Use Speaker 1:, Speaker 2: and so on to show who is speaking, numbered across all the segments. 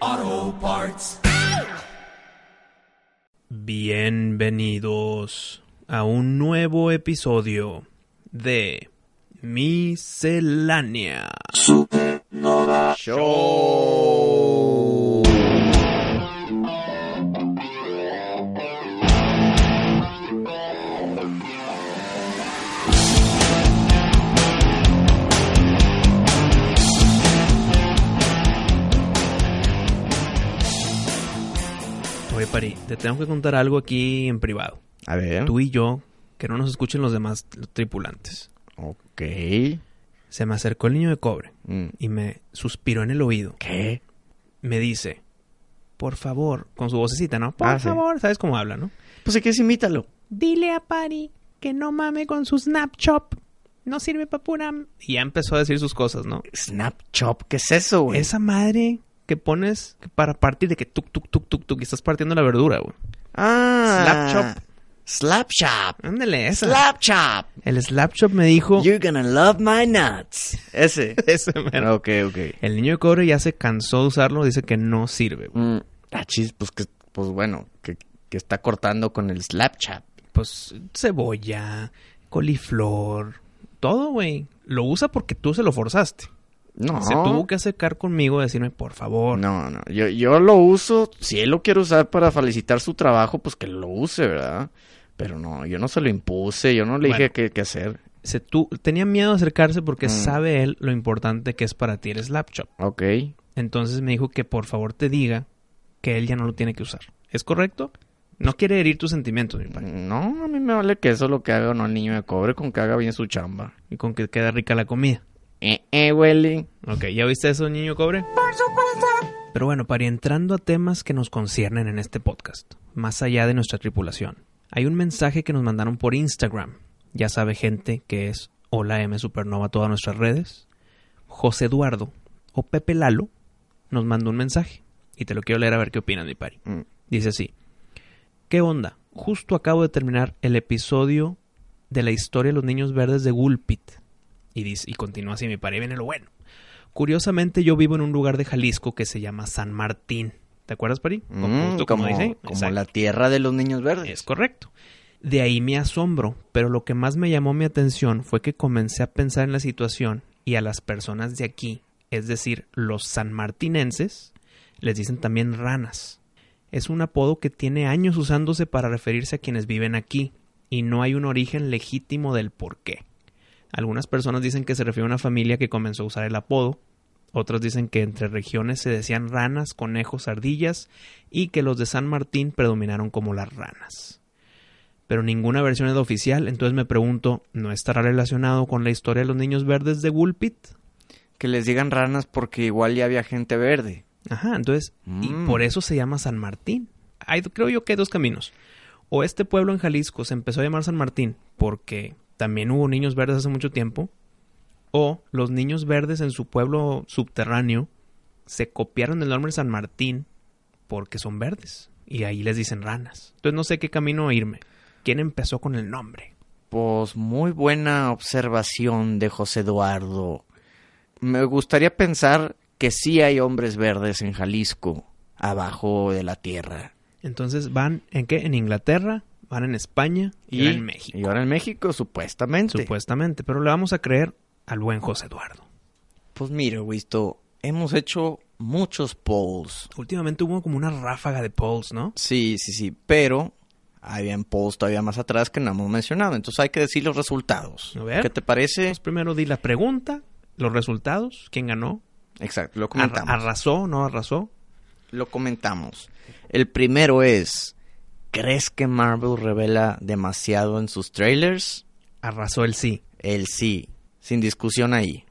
Speaker 1: Auto Parts.
Speaker 2: Bienvenidos a un nuevo episodio de Miscelánea. Oye, Pari, te tengo que contar algo aquí en privado.
Speaker 3: A ver.
Speaker 2: Tú y yo, que no nos escuchen los demás tripulantes.
Speaker 3: Ok.
Speaker 2: Se me acercó el niño de cobre
Speaker 3: Mm.
Speaker 2: y me suspiró en el oído.
Speaker 3: ¿Qué?
Speaker 2: Me dice, por favor, con su vocecita, ¿no? Por
Speaker 3: Ah, sí.
Speaker 2: favor, ¿sabes cómo habla, no?
Speaker 3: Pues si quieres, imítalo.
Speaker 2: Dile a Pari que no mame con su Snapchat. No sirve para pura... Y ya empezó a decir sus cosas, ¿no?
Speaker 3: Snapchop, ¿qué es eso, güey?
Speaker 2: Esa madre que pones para partir de que tuk, tuk, tuk, tuk, tuk, y estás partiendo la verdura, güey.
Speaker 3: Ah.
Speaker 2: Slapchop.
Speaker 3: Slapchop.
Speaker 2: Ándale, esa.
Speaker 3: Slapchop.
Speaker 2: El Slapshop me dijo...
Speaker 3: You're gonna love my nuts. Ese.
Speaker 2: Ese, mero.
Speaker 3: ok, ok.
Speaker 2: El niño de cobre ya se cansó de usarlo, dice que no sirve. güey.
Speaker 3: Mm, Ah, chis, pues que, pues bueno, que, que está cortando con el slapchop.
Speaker 2: Pues cebolla, coliflor, todo, güey. Lo usa porque tú se lo forzaste.
Speaker 3: No.
Speaker 2: Se tuvo que acercar conmigo y decirme, por favor.
Speaker 3: No, no. Yo, yo lo uso. Si él lo quiere usar para felicitar su trabajo, pues que lo use, ¿verdad? Pero no, yo no se lo impuse. Yo no le
Speaker 2: Bueno.
Speaker 3: dije qué, qué hacer.
Speaker 2: Se tu- Tenía miedo de acercarse porque
Speaker 3: Mm.
Speaker 2: sabe él lo importante que es para ti el Slapshot.
Speaker 3: Ok.
Speaker 2: Entonces me dijo que por favor te diga que él ya no lo tiene que usar. ¿Es correcto? No quiere herir tus sentimientos, mi padre.
Speaker 3: No, a mí me vale que eso lo que haga o no el niño de cobre con que haga bien su chamba.
Speaker 2: Y con que queda rica la comida.
Speaker 3: Eh, eh, Welly.
Speaker 2: Ok, ¿ya viste eso, niño cobre? Por supuesto. Pero bueno, para entrando a temas que nos conciernen en este podcast, más allá de nuestra tripulación, hay un mensaje que nos mandaron por Instagram. Ya sabe gente que es Hola M Supernova todas nuestras redes. José Eduardo o Pepe Lalo nos mandó un mensaje y te lo quiero leer a ver qué opinas, mi pari.
Speaker 3: Mm.
Speaker 2: Dice así. ¿Qué onda? Justo acabo de terminar el episodio de la historia de los niños verdes de Gulpit. Y, dice, y continúa así, mi pari, ahí viene lo bueno. Curiosamente, yo vivo en un lugar de Jalisco que se llama San Martín. ¿Te acuerdas, Pari?
Speaker 3: Mm,
Speaker 2: justo
Speaker 3: como, como
Speaker 2: Exacto.
Speaker 3: la tierra de los niños verdes.
Speaker 2: Es correcto. De ahí mi asombro, pero lo que más me llamó mi atención fue que comencé a pensar en la situación y a las personas de aquí, es decir, los sanmartinenses, les dicen también ranas. Es un apodo que tiene años usándose para referirse a quienes viven aquí, y no hay un origen legítimo del por qué. Algunas personas dicen que se refiere a una familia que comenzó a usar el apodo, otras dicen que entre regiones se decían ranas, conejos, ardillas y que los de San Martín predominaron como las ranas. Pero ninguna versión es la oficial, entonces me pregunto, ¿no estará relacionado con la historia de los niños verdes de Woolpit?
Speaker 3: Que les digan ranas porque igual ya había gente verde.
Speaker 2: Ajá, entonces, y
Speaker 3: Mm.
Speaker 2: por eso se llama San Martín. Hay, creo yo que hay dos caminos. O este pueblo en Jalisco se empezó a llamar San Martín porque también hubo niños verdes hace mucho tiempo, o los niños verdes en su pueblo subterráneo se copiaron el nombre de San Martín porque son verdes y ahí les dicen ranas. Entonces no sé qué camino irme. ¿Quién empezó con el nombre?
Speaker 3: Pues muy buena observación de José Eduardo. Me gustaría pensar que sí hay hombres verdes en Jalisco, abajo de la tierra.
Speaker 2: Entonces van en qué? En Inglaterra, van en España y, ahora en México.
Speaker 3: Y ahora en México, supuestamente.
Speaker 2: Supuestamente, pero le vamos a creer al buen José Eduardo.
Speaker 3: Pues mira, Wisto, hemos hecho muchos polls.
Speaker 2: Últimamente hubo como una ráfaga de polls, ¿no?
Speaker 3: Sí, sí, sí, pero habían polls todavía más atrás que no hemos mencionado. Entonces hay que decir los resultados.
Speaker 2: A ver.
Speaker 3: ¿Qué te parece?
Speaker 2: Pues primero di la pregunta, los resultados, quién ganó,
Speaker 3: Exacto, lo
Speaker 2: Ar-
Speaker 3: comentamos.
Speaker 2: arrasó, no arrasó.
Speaker 3: Lo comentamos. El primero es, ¿crees que Marvel revela demasiado en sus trailers?
Speaker 2: Arrasó el sí.
Speaker 3: El sí, sin discusión ahí.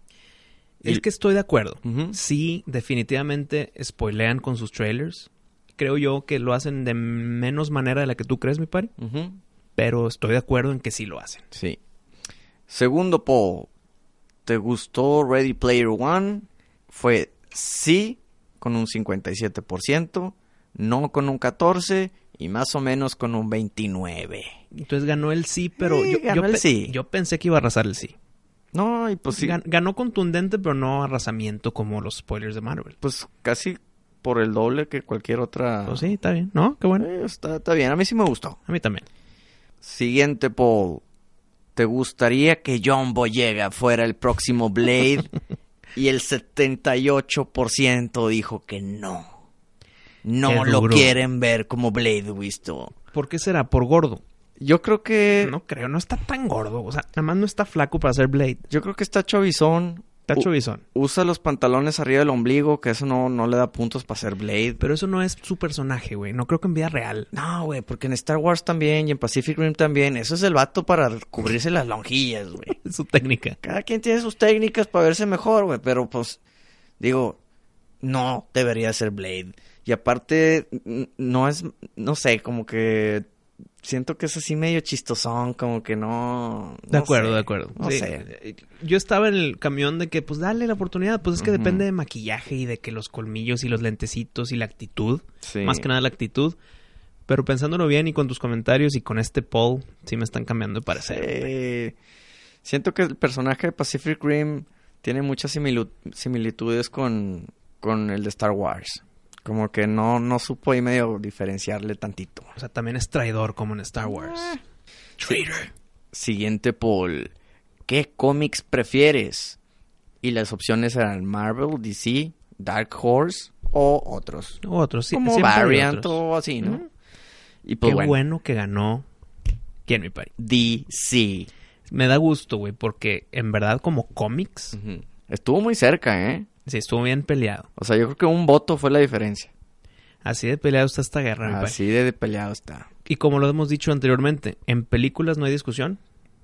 Speaker 2: Es
Speaker 3: Y-
Speaker 2: que estoy de acuerdo.
Speaker 3: Ujú.
Speaker 2: Sí, definitivamente spoilean con sus trailers. creo yo que lo hacen de menos manera de la que tú crees, mi pari.
Speaker 3: Ujú.
Speaker 2: Pero estoy de acuerdo en que sí lo hacen.
Speaker 3: Sí. Segundo poll. ¿Te gustó Ready Player One? Fue sí con un 57%, no con un 14% y más o menos con un 29%.
Speaker 2: Entonces ganó el sí, pero
Speaker 3: Sí,
Speaker 2: yo,
Speaker 3: ganó
Speaker 2: yo
Speaker 3: el
Speaker 2: pe-
Speaker 3: sí.
Speaker 2: yo pensé que iba a arrasar el sí.
Speaker 3: No, y pues sí,
Speaker 2: Gan- ganó contundente, pero no arrasamiento como los spoilers de Marvel.
Speaker 3: pues casi por el doble que cualquier otra.
Speaker 2: Pues sí, está bien, ¿no? Qué bueno.
Speaker 3: Eh, está, está bien, a mí sí me gustó.
Speaker 2: A mí también.
Speaker 3: Siguiente poll. ¿Te gustaría que John Boyega fuera el próximo Blade? y el 78% dijo que no. No
Speaker 2: Qué
Speaker 3: lo
Speaker 2: duro.
Speaker 3: quieren ver como Blade, visto.
Speaker 2: ¿Por qué será? ¿Por gordo?
Speaker 3: Yo creo que
Speaker 2: No creo, no está tan gordo. O sea, nada más no está flaco para ser Blade.
Speaker 3: yo creo que está chovizón.
Speaker 2: Tacho
Speaker 3: U-
Speaker 2: Bison.
Speaker 3: Usa los pantalones arriba del ombligo, que eso no, no le da puntos para ser Blade.
Speaker 2: Pero eso no es su personaje, güey. No creo que en vida real.
Speaker 3: No, güey, porque en Star Wars también y en Pacific Rim también. Eso es el vato para cubrirse las lonjillas, güey.
Speaker 2: Es su técnica.
Speaker 3: cada quien tiene sus técnicas para verse mejor, güey, pero pues digo, no debería ser Blade. Y aparte n- no es no sé, como que siento que es así medio chistosón, como que no
Speaker 2: De
Speaker 3: no
Speaker 2: acuerdo,
Speaker 3: sé,
Speaker 2: de acuerdo.
Speaker 3: No
Speaker 2: Sí. Eh,
Speaker 3: sé.
Speaker 2: Yo estaba en el camión de que, pues, dale la oportunidad. Pues es que
Speaker 3: Ujú.
Speaker 2: depende de maquillaje y de que los colmillos y los lentecitos y la actitud.
Speaker 3: Sí.
Speaker 2: Más que nada la actitud. Pero pensándolo bien y con tus comentarios y con este poll, sí me están cambiando de parecer. güey.
Speaker 3: Sí. Siento que el personaje de Pacific Rim tiene muchas similu- similitudes con, con el de Star Wars. Como que no, no supo ahí medio diferenciarle tantito.
Speaker 2: O sea, también es traidor como en Star Wars.
Speaker 3: Ah.
Speaker 2: Traitor.
Speaker 3: Siguiente poll. ¿Qué cómics prefieres? Y las opciones eran Marvel, DC, Dark Horse o otros.
Speaker 2: Otros, sí,
Speaker 3: Como
Speaker 2: siempre hay
Speaker 3: Variant
Speaker 2: otros.
Speaker 3: o así, ¿no?
Speaker 2: Ujú.
Speaker 3: Y
Speaker 2: Qué
Speaker 3: pues
Speaker 2: bueno.
Speaker 3: bueno,
Speaker 2: que ganó. ¿Quién, mi pari?
Speaker 3: DC.
Speaker 2: Me da gusto, güey, porque en verdad, como cómics,
Speaker 3: Ujú. Estuvo muy cerca, ¿eh?
Speaker 2: sí, estuvo bien peleado.
Speaker 3: O sea, yo creo que un voto fue la diferencia.
Speaker 2: Así de peleado está esta guerra, mi pari.
Speaker 3: Así de peleado está.
Speaker 2: Y como lo hemos dicho anteriormente, en películas no hay discusión,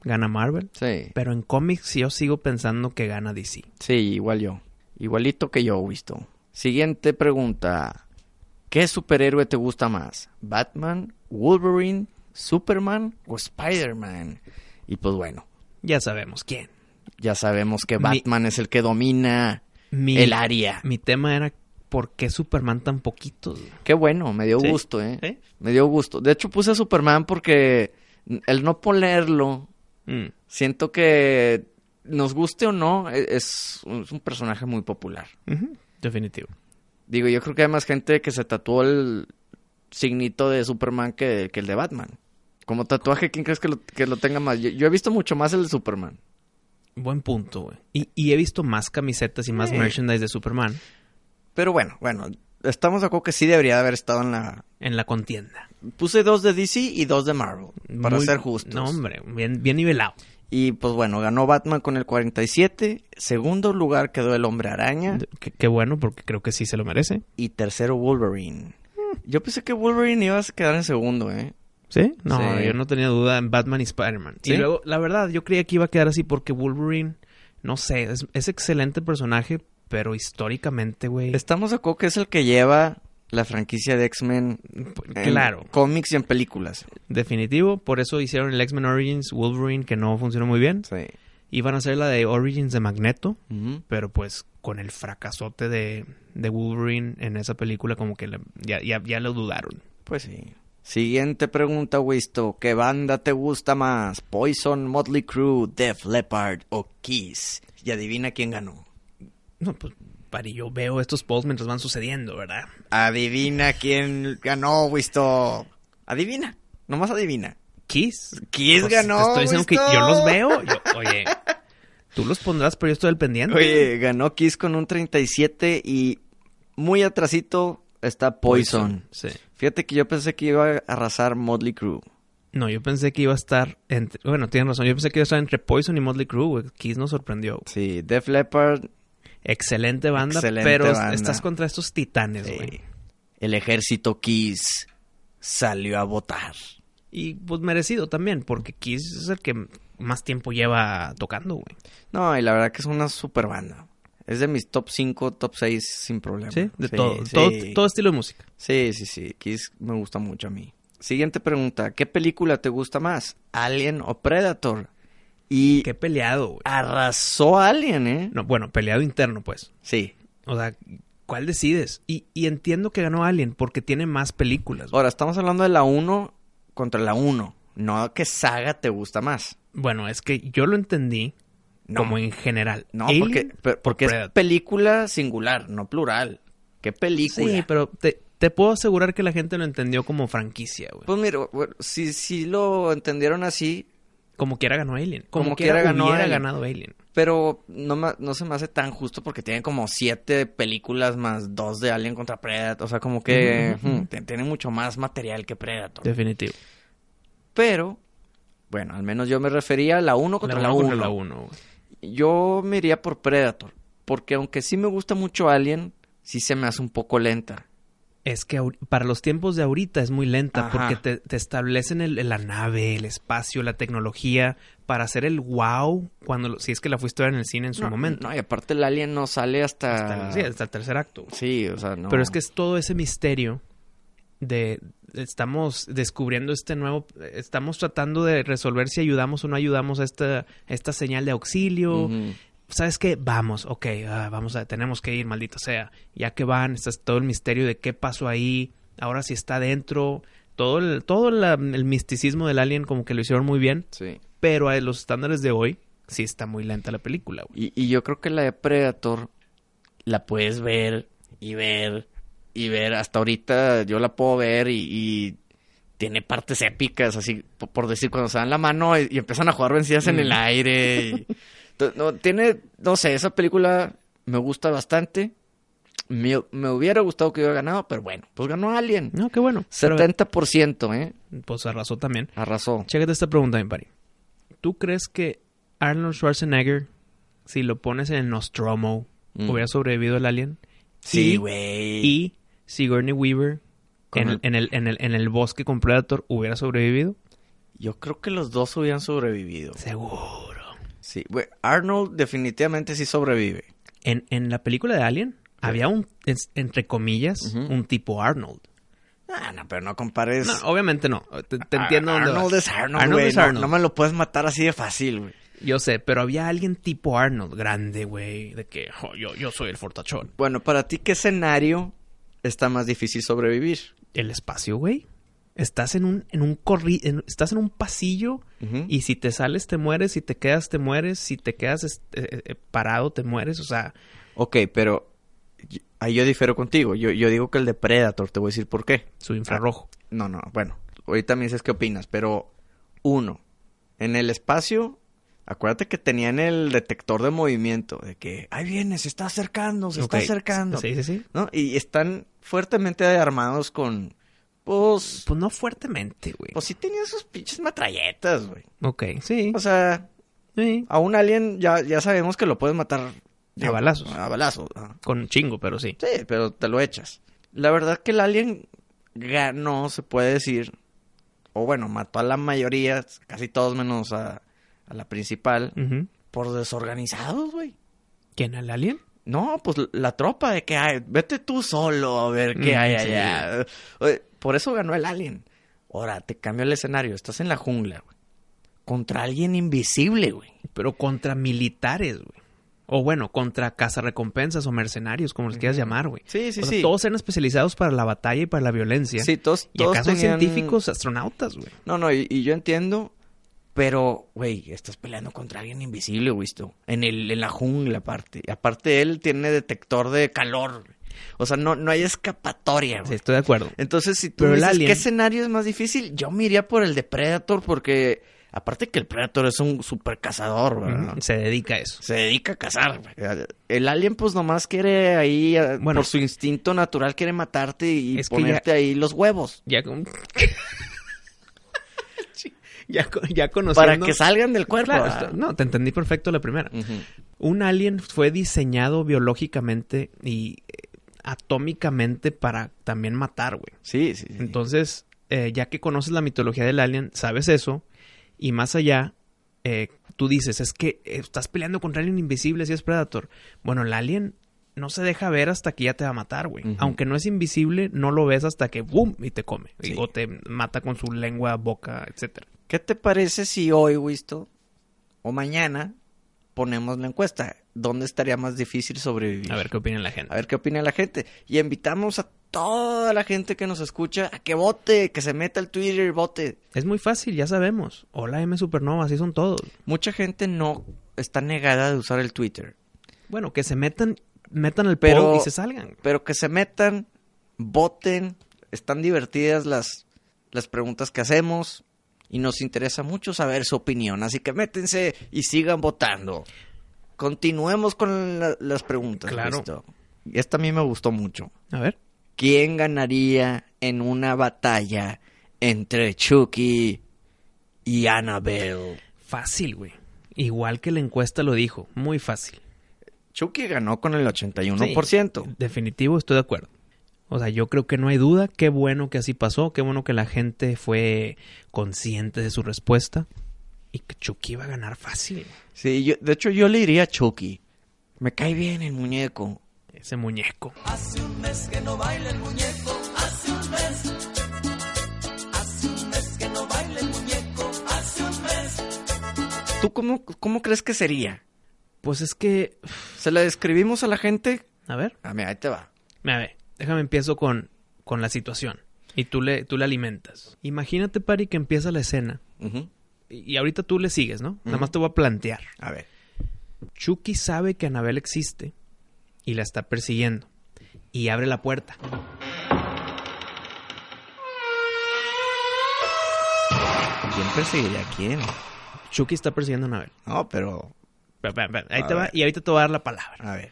Speaker 2: gana Marvel,
Speaker 3: Sí.
Speaker 2: pero en cómics yo sigo pensando que gana DC.
Speaker 3: Sí, igual yo. Igualito que yo, visto. Siguiente pregunta. ¿Qué superhéroe te gusta más? ¿Batman, Wolverine, Superman o Spider-Man? Y pues bueno,
Speaker 2: Ya sabemos quién.
Speaker 3: ya sabemos que
Speaker 2: Mi-
Speaker 3: Batman es el que domina
Speaker 2: Mi,
Speaker 3: el área.
Speaker 2: mi tema era por qué Superman tan poquitos. güey?
Speaker 3: Qué bueno, me dio
Speaker 2: Sí.
Speaker 3: gusto, ¿eh?
Speaker 2: ¿Eh?
Speaker 3: Me dio gusto. De hecho, puse Superman porque el no ponerlo,
Speaker 2: Mm,
Speaker 3: siento que nos guste o no, e- es un- es un personaje muy popular.
Speaker 2: ujú, Definitivo.
Speaker 3: Digo, yo creo que hay más gente que se tatuó el signito de Superman que, que el de Batman. Como tatuaje, ¿quién crees que lo, que lo tenga más? Yo, yo he visto mucho más el de Superman.
Speaker 2: Buen punto, güey. Y, y he visto más camisetas y más
Speaker 3: Sí.
Speaker 2: merchandise de Superman
Speaker 3: Pero bueno, bueno, estamos de acuerdo que sí debería de haber estado en la...
Speaker 2: en la contienda.
Speaker 3: Puse dos de DC y dos de Marvel, para
Speaker 2: Muy-
Speaker 3: ser justos.
Speaker 2: No, hombre, bien, bien nivelado.
Speaker 3: Y pues bueno, ganó Batman con el 47, segundo lugar quedó el Hombre Araña
Speaker 2: Qué, qué bueno, porque creo que sí se lo merece.
Speaker 3: y tercero Wolverine. Yo pensé que Wolverine iba a quedar en segundo, ¿eh?
Speaker 2: ¿Sí? No,
Speaker 3: Sí.
Speaker 2: yo no tenía duda en Batman y Spider-Man.
Speaker 3: ¿Sí?
Speaker 2: Y luego, la verdad, yo creía que iba a quedar así porque Wolverine, no sé, es, es excelente personaje, pero históricamente, güey.
Speaker 3: Estamos de acuerdo que es el que lleva la franquicia de X-Men en
Speaker 2: pues, Claro,
Speaker 3: cómics y en películas.
Speaker 2: definitivo. Por eso hicieron el X-Men Origins Wolverine, que no funcionó muy bien.
Speaker 3: Sí.
Speaker 2: Iban a hacer la de Origins de Magneto, pero pues con el fracasote de, de Wolverine en esa película, como que le- ya, ya, ya lo dudaron.
Speaker 3: Pues sí. Siguiente pregunta, Wisto. ¿Qué banda te gusta más? Poison, Motley Crue, Def Leppard o Kiss. Y adivina quién ganó.
Speaker 2: No, pues, para yo veo estos polls mientras van sucediendo, ¿verdad?
Speaker 3: Adivina quién ganó, Wisto. Adivina. Nomás adivina.
Speaker 2: Kiss.
Speaker 3: Kiss
Speaker 2: Pues,
Speaker 3: ganó.
Speaker 2: Te estoy diciendo que
Speaker 3: Wisto.
Speaker 2: yo los veo. Yo- oye, tú los pondrás, pero yo estoy al pendiente.
Speaker 3: Oye, ganó Kiss con un 37 y muy atrasito está Poison.
Speaker 2: Sí.
Speaker 3: Fíjate que yo pensé que iba a arrasar Motley Crue.
Speaker 2: No, yo pensé que iba a estar entre. Bueno, tienen razón. Yo pensé que iba a estar entre Poison y Motley Crue. güey. Kiss nos sorprendió.
Speaker 3: Sí, Def Leppard,
Speaker 2: Excelente banda,
Speaker 3: Excelente
Speaker 2: pero
Speaker 3: banda.
Speaker 2: estás contra estos titanes,
Speaker 3: Sí.
Speaker 2: güey.
Speaker 3: El ejército Kiss salió a votar.
Speaker 2: Y pues merecido también, porque Kiss es el que más tiempo lleva tocando, güey.
Speaker 3: No, y la verdad que es una super banda. Es de mis top 5, top 6 sin problema.
Speaker 2: Sí, de todo, todo.
Speaker 3: sí.
Speaker 2: Todo estilo de música.
Speaker 3: Sí, sí, sí. Kiss me gusta mucho a mí. Siguiente pregunta. ¿Qué película te gusta más? ¿Alien o Predator? Y
Speaker 2: Qué peleado,
Speaker 3: Ah.
Speaker 2: güey.
Speaker 3: arrasó a Alien, ¿eh?
Speaker 2: No, bueno, peleado interno, pues.
Speaker 3: Sí.
Speaker 2: O sea, ¿cuál decides? Y, y entiendo que ganó Alien porque tiene más películas. güey.
Speaker 3: Ahora, estamos hablando de la 1 contra la 1. No, ¿qué saga te gusta más?
Speaker 2: Bueno, es que yo lo entendí
Speaker 3: No.
Speaker 2: como en general.
Speaker 3: No,
Speaker 2: Alien
Speaker 3: porque, per-
Speaker 2: o
Speaker 3: porque es
Speaker 2: Predator.
Speaker 3: película singular, no plural. ¿Qué película?
Speaker 2: Sí, pero te, te puedo asegurar que la gente lo entendió como franquicia, güey.
Speaker 3: Pues mira, bueno, si, si lo entendieron así,
Speaker 2: Como quiera ganó Alien. Como,
Speaker 3: Como
Speaker 2: quiera,
Speaker 3: quiera ganó
Speaker 2: hubiera
Speaker 3: Alien.
Speaker 2: ganado Alien.
Speaker 3: pero no, ma- no se me hace tan justo porque tiene como siete películas más dos de Alien contra Predator. O sea, como que
Speaker 2: Ujú, ujú.
Speaker 3: mm, te- tiene mucho más material que Predator.
Speaker 2: Definitivo.
Speaker 3: Pero, bueno, al menos yo me refería a la 1 contra la
Speaker 2: uno
Speaker 3: 1.
Speaker 2: contra la uno, güey.
Speaker 3: Yo me iría por Predator, porque aunque sí me gusta mucho Alien, sí se me hace un poco lenta.
Speaker 2: Es que ahori- para los tiempos de ahorita es muy lenta
Speaker 3: Ajá.
Speaker 2: porque te, te establecen el- la nave, el espacio, la tecnología para hacer el wow cuando lo- si es que la fuiste a ver en el cine en su
Speaker 3: no,
Speaker 2: momento.
Speaker 3: No, y aparte el Alien no sale hasta...
Speaker 2: hasta, sí, hasta el tercer acto. güey.
Speaker 3: Sí, o sea, Ah. no.
Speaker 2: Pero es que es todo ese misterio de estamos descubriendo este nuevo, estamos tratando de resolver si ayudamos o no ayudamos a esta, esta señal de auxilio.
Speaker 3: Ujú.
Speaker 2: ¿Sabes qué? Vamos, ok, ah, vamos a, tenemos que ir, maldito sea. Ya que van, está todo el misterio de qué pasó ahí, ahora si está dentro, todo el, todo la- el misticismo del alien como que lo hicieron muy bien,
Speaker 3: Sí.
Speaker 2: pero a los estándares de hoy sí está muy lenta la película, güey.
Speaker 3: Y, y yo creo que la de Predator la puedes ver y ver y ver. Hasta ahorita yo la puedo ver y, y tiene partes épicas, así po- por, decir, cuando se dan la mano y, y empiezan a jugar vencidas en
Speaker 2: Mm.
Speaker 3: el aire. y- to- no, tiene, no sé, esa película me gusta bastante. Me, me hubiera gustado que hubiera ganado, pero bueno, pues ganó Alien.
Speaker 2: No, qué bueno. Pero,
Speaker 3: 70%, ¿eh?
Speaker 2: pues arrasó también.
Speaker 3: Arrasó.
Speaker 2: Chécate esta pregunta, mi pari. ¿Tú crees que Arnold Schwarzenegger, si lo pones en el Nostromo,
Speaker 3: Mm.
Speaker 2: hubiera sobrevivido el alien? Y-
Speaker 3: güey.
Speaker 2: y Sigourney Weaver
Speaker 3: Con
Speaker 2: en,
Speaker 3: el-
Speaker 2: en el, en, el, en el bosque con Predator hubiera sobrevivido?
Speaker 3: Yo creo que los dos hubieran sobrevivido.
Speaker 2: Seguro.
Speaker 3: Sí, güey, Arnold definitivamente sí sobrevive.
Speaker 2: En, en la película de Alien había un, es- entre comillas,
Speaker 3: Ujú.
Speaker 2: un tipo Arnold.
Speaker 3: Ah, no, pero no compares.
Speaker 2: No, obviamente no. Te, te
Speaker 3: Ar-
Speaker 2: entiendo dónde
Speaker 3: Ah, Arnold
Speaker 2: vas.
Speaker 3: es Arnold,
Speaker 2: Arnold
Speaker 3: güey,
Speaker 2: es
Speaker 3: no-
Speaker 2: Arnold.
Speaker 3: No, me lo puedes matar así de fácil, güey.
Speaker 2: Yo sé, pero había alguien tipo Arnold, grande, güey, de que "Jo, yo, yo soy el fortachón.
Speaker 3: Bueno, para ti, ¿qué escenario está más difícil sobrevivir?
Speaker 2: El espacio, güey. Estás en un, en un corri en- estás en un pasillo
Speaker 3: Ujú.
Speaker 2: Y si te sales, te mueres. Si te quedas, te mueres. Si te quedas este, eh, eh, parado, te mueres. O sea,
Speaker 3: Ok, pero y- ahí yo difiero contigo. Yo, yo digo que el de Predator, te voy a decir por qué.
Speaker 2: su infrarrojo.
Speaker 3: No, no, bueno, ahorita me dices qué opinas, pero uno, en el espacio, acuérdate que tenían el detector de movimiento, de que ahí viene, se está acercando, se
Speaker 2: Ok.
Speaker 3: está acercando.
Speaker 2: Sí, sí, sí.
Speaker 3: ¿no? Y están fuertemente armados con. Pues.
Speaker 2: Pues no fuertemente, güey.
Speaker 3: Pues sí Pues tenían sus pinches metralletas, güey.
Speaker 2: ok, sí.
Speaker 3: O sea,
Speaker 2: sí.
Speaker 3: a un alien ya, ya sabemos que lo puedes matar.
Speaker 2: A balazos.
Speaker 3: A balazos. ajá.
Speaker 2: Con un chingo, pero sí.
Speaker 3: Sí, pero te lo echas. La verdad que el alien ganó, se puede decir. O bueno, mató a la mayoría, casi todos menos a, a la principal.
Speaker 2: Ujú.
Speaker 3: Por desorganizados, güey.
Speaker 2: ¿Quién? ¿El alien?
Speaker 3: No, pues la tropa de que hay, vete tú solo a ver qué
Speaker 2: Mm,
Speaker 3: hay
Speaker 2: sí.
Speaker 3: allá. Oye, Por eso ganó el alien. Ahora, te cambio el escenario, estás en la jungla, güey. Contra alguien invisible, güey.
Speaker 2: Pero contra militares, güey. O bueno, contra cazarrecompensas o mercenarios, como les quieras llamar, güey.
Speaker 3: Sí, sí,
Speaker 2: O sea,
Speaker 3: sí.
Speaker 2: Todos eran especializados para la batalla y para la violencia.
Speaker 3: Sí, todos,
Speaker 2: Y acá
Speaker 3: todos
Speaker 2: son
Speaker 3: tenían-
Speaker 2: científicos, astronautas, güey.
Speaker 3: No, no, y, y yo entiendo, pero, güey, estás peleando contra alguien invisible, güey, esto. En, el, en la jungla, aparte. Y aparte, él tiene detector de calor. güey. O sea, no, no hay escapatoria, güey.
Speaker 2: Sí, estoy de acuerdo.
Speaker 3: Entonces, si tú
Speaker 2: Pero
Speaker 3: me
Speaker 2: el
Speaker 3: dices
Speaker 2: alien-
Speaker 3: qué escenario es más difícil, yo me iría por el de Predator porque aparte que el Predator es un super cazador, ¿verdad?
Speaker 2: Ujú. Se dedica a eso.
Speaker 3: Se dedica a cazar. güey. El alien pues nomás quiere ahí, eh,
Speaker 2: Bueno.
Speaker 3: por su instinto natural, quiere matarte y
Speaker 2: Es que
Speaker 3: ponerte ahí los huevos.
Speaker 2: Ya con... ya, con- ya
Speaker 3: Para
Speaker 2: conociendo-
Speaker 3: que salgan del cuerpo.
Speaker 2: Claro,
Speaker 3: ¿verdad?
Speaker 2: esto- no, te entendí perfecto la primera.
Speaker 3: Ujú.
Speaker 2: Un alien fue diseñado biológicamente y eh, atómicamente para también matar, güey.
Speaker 3: Sí, sí, sí.
Speaker 2: Entonces, eh, ya que conoces la mitología del alien, sabes eso, y más allá, eh, tú dices, es que eh, estás peleando contra alguien invisible si es Predator. Bueno, el alien no se deja ver hasta que ya te va a matar, güey.
Speaker 3: Ujú.
Speaker 2: Aunque no es invisible, no lo ves hasta que ¡boom! y te come.
Speaker 3: Sí.
Speaker 2: Y, o te mata con su lengua, boca, etcétera.
Speaker 3: ¿Qué te parece si hoy, Wisto, o mañana, ponemos la encuesta? ¿Dónde estaría más difícil sobrevivir?
Speaker 2: A ver qué opina la gente.
Speaker 3: A ver qué opina la gente. Y invitamos a toda la gente que nos escucha a que vote, que se meta al Twitter y vote.
Speaker 2: Es muy fácil, ya sabemos. Hola M Supernova, así son todos.
Speaker 3: Mucha gente no está negada de usar el Twitter.
Speaker 2: Bueno, que se metan, metan el
Speaker 3: Pero-
Speaker 2: pero y se salgan.
Speaker 3: Pero que se metan, voten, están divertidas las, las preguntas que hacemos y nos interesa mucho saber su opinión. Así que métense y sigan votando. Continuemos con la- las preguntas.
Speaker 2: Claro.
Speaker 3: Listo. Y Esta a mí me gustó mucho.
Speaker 2: A ver.
Speaker 3: ¿Quién ganaría en una batalla entre Chucky y Annabelle?
Speaker 2: Fácil, güey. Igual que la encuesta lo dijo, muy fácil.
Speaker 3: Chucky ganó con el 81%.
Speaker 2: Definitivo, estoy de acuerdo. O sea, yo creo que no hay duda. Qué bueno que así pasó. Qué bueno que la gente fue consciente de su respuesta. Y que Chucky iba a ganar fácil.
Speaker 3: Sí, yo- de hecho yo le diría a Chucky. Me cae bien el muñeco.
Speaker 2: Ese muñeco.
Speaker 1: Hace un mes que no baila el muñeco, hace un mes. Hace un mes que no baila el muñeco, hace un mes.
Speaker 3: ¿Tú cómo, cómo crees que sería?
Speaker 2: Pues es que.
Speaker 3: ¿Se la describimos a la gente?
Speaker 2: A ver,
Speaker 3: A mira, ahí te va.
Speaker 2: a ver, déjame empiezo con, con la situación. Y tú le, tú le alimentas. Imagínate, Pari, que empieza la escena.
Speaker 3: Ujú.
Speaker 2: Y y ahorita tú le sigues, ¿no? Nada más te voy a plantear.
Speaker 3: A ver.
Speaker 2: Chucky sabe que Anabel existe y la está persiguiendo. Y abre la puerta.
Speaker 3: ¿Quién perseguiría a quién?
Speaker 2: Chucky está persiguiendo a Anabel.
Speaker 3: No, pero...
Speaker 2: Espera, espera, espera. Ahí
Speaker 3: A
Speaker 2: te va,
Speaker 3: ver. Ah.
Speaker 2: y ahorita te voy a dar la palabra.
Speaker 3: A ver.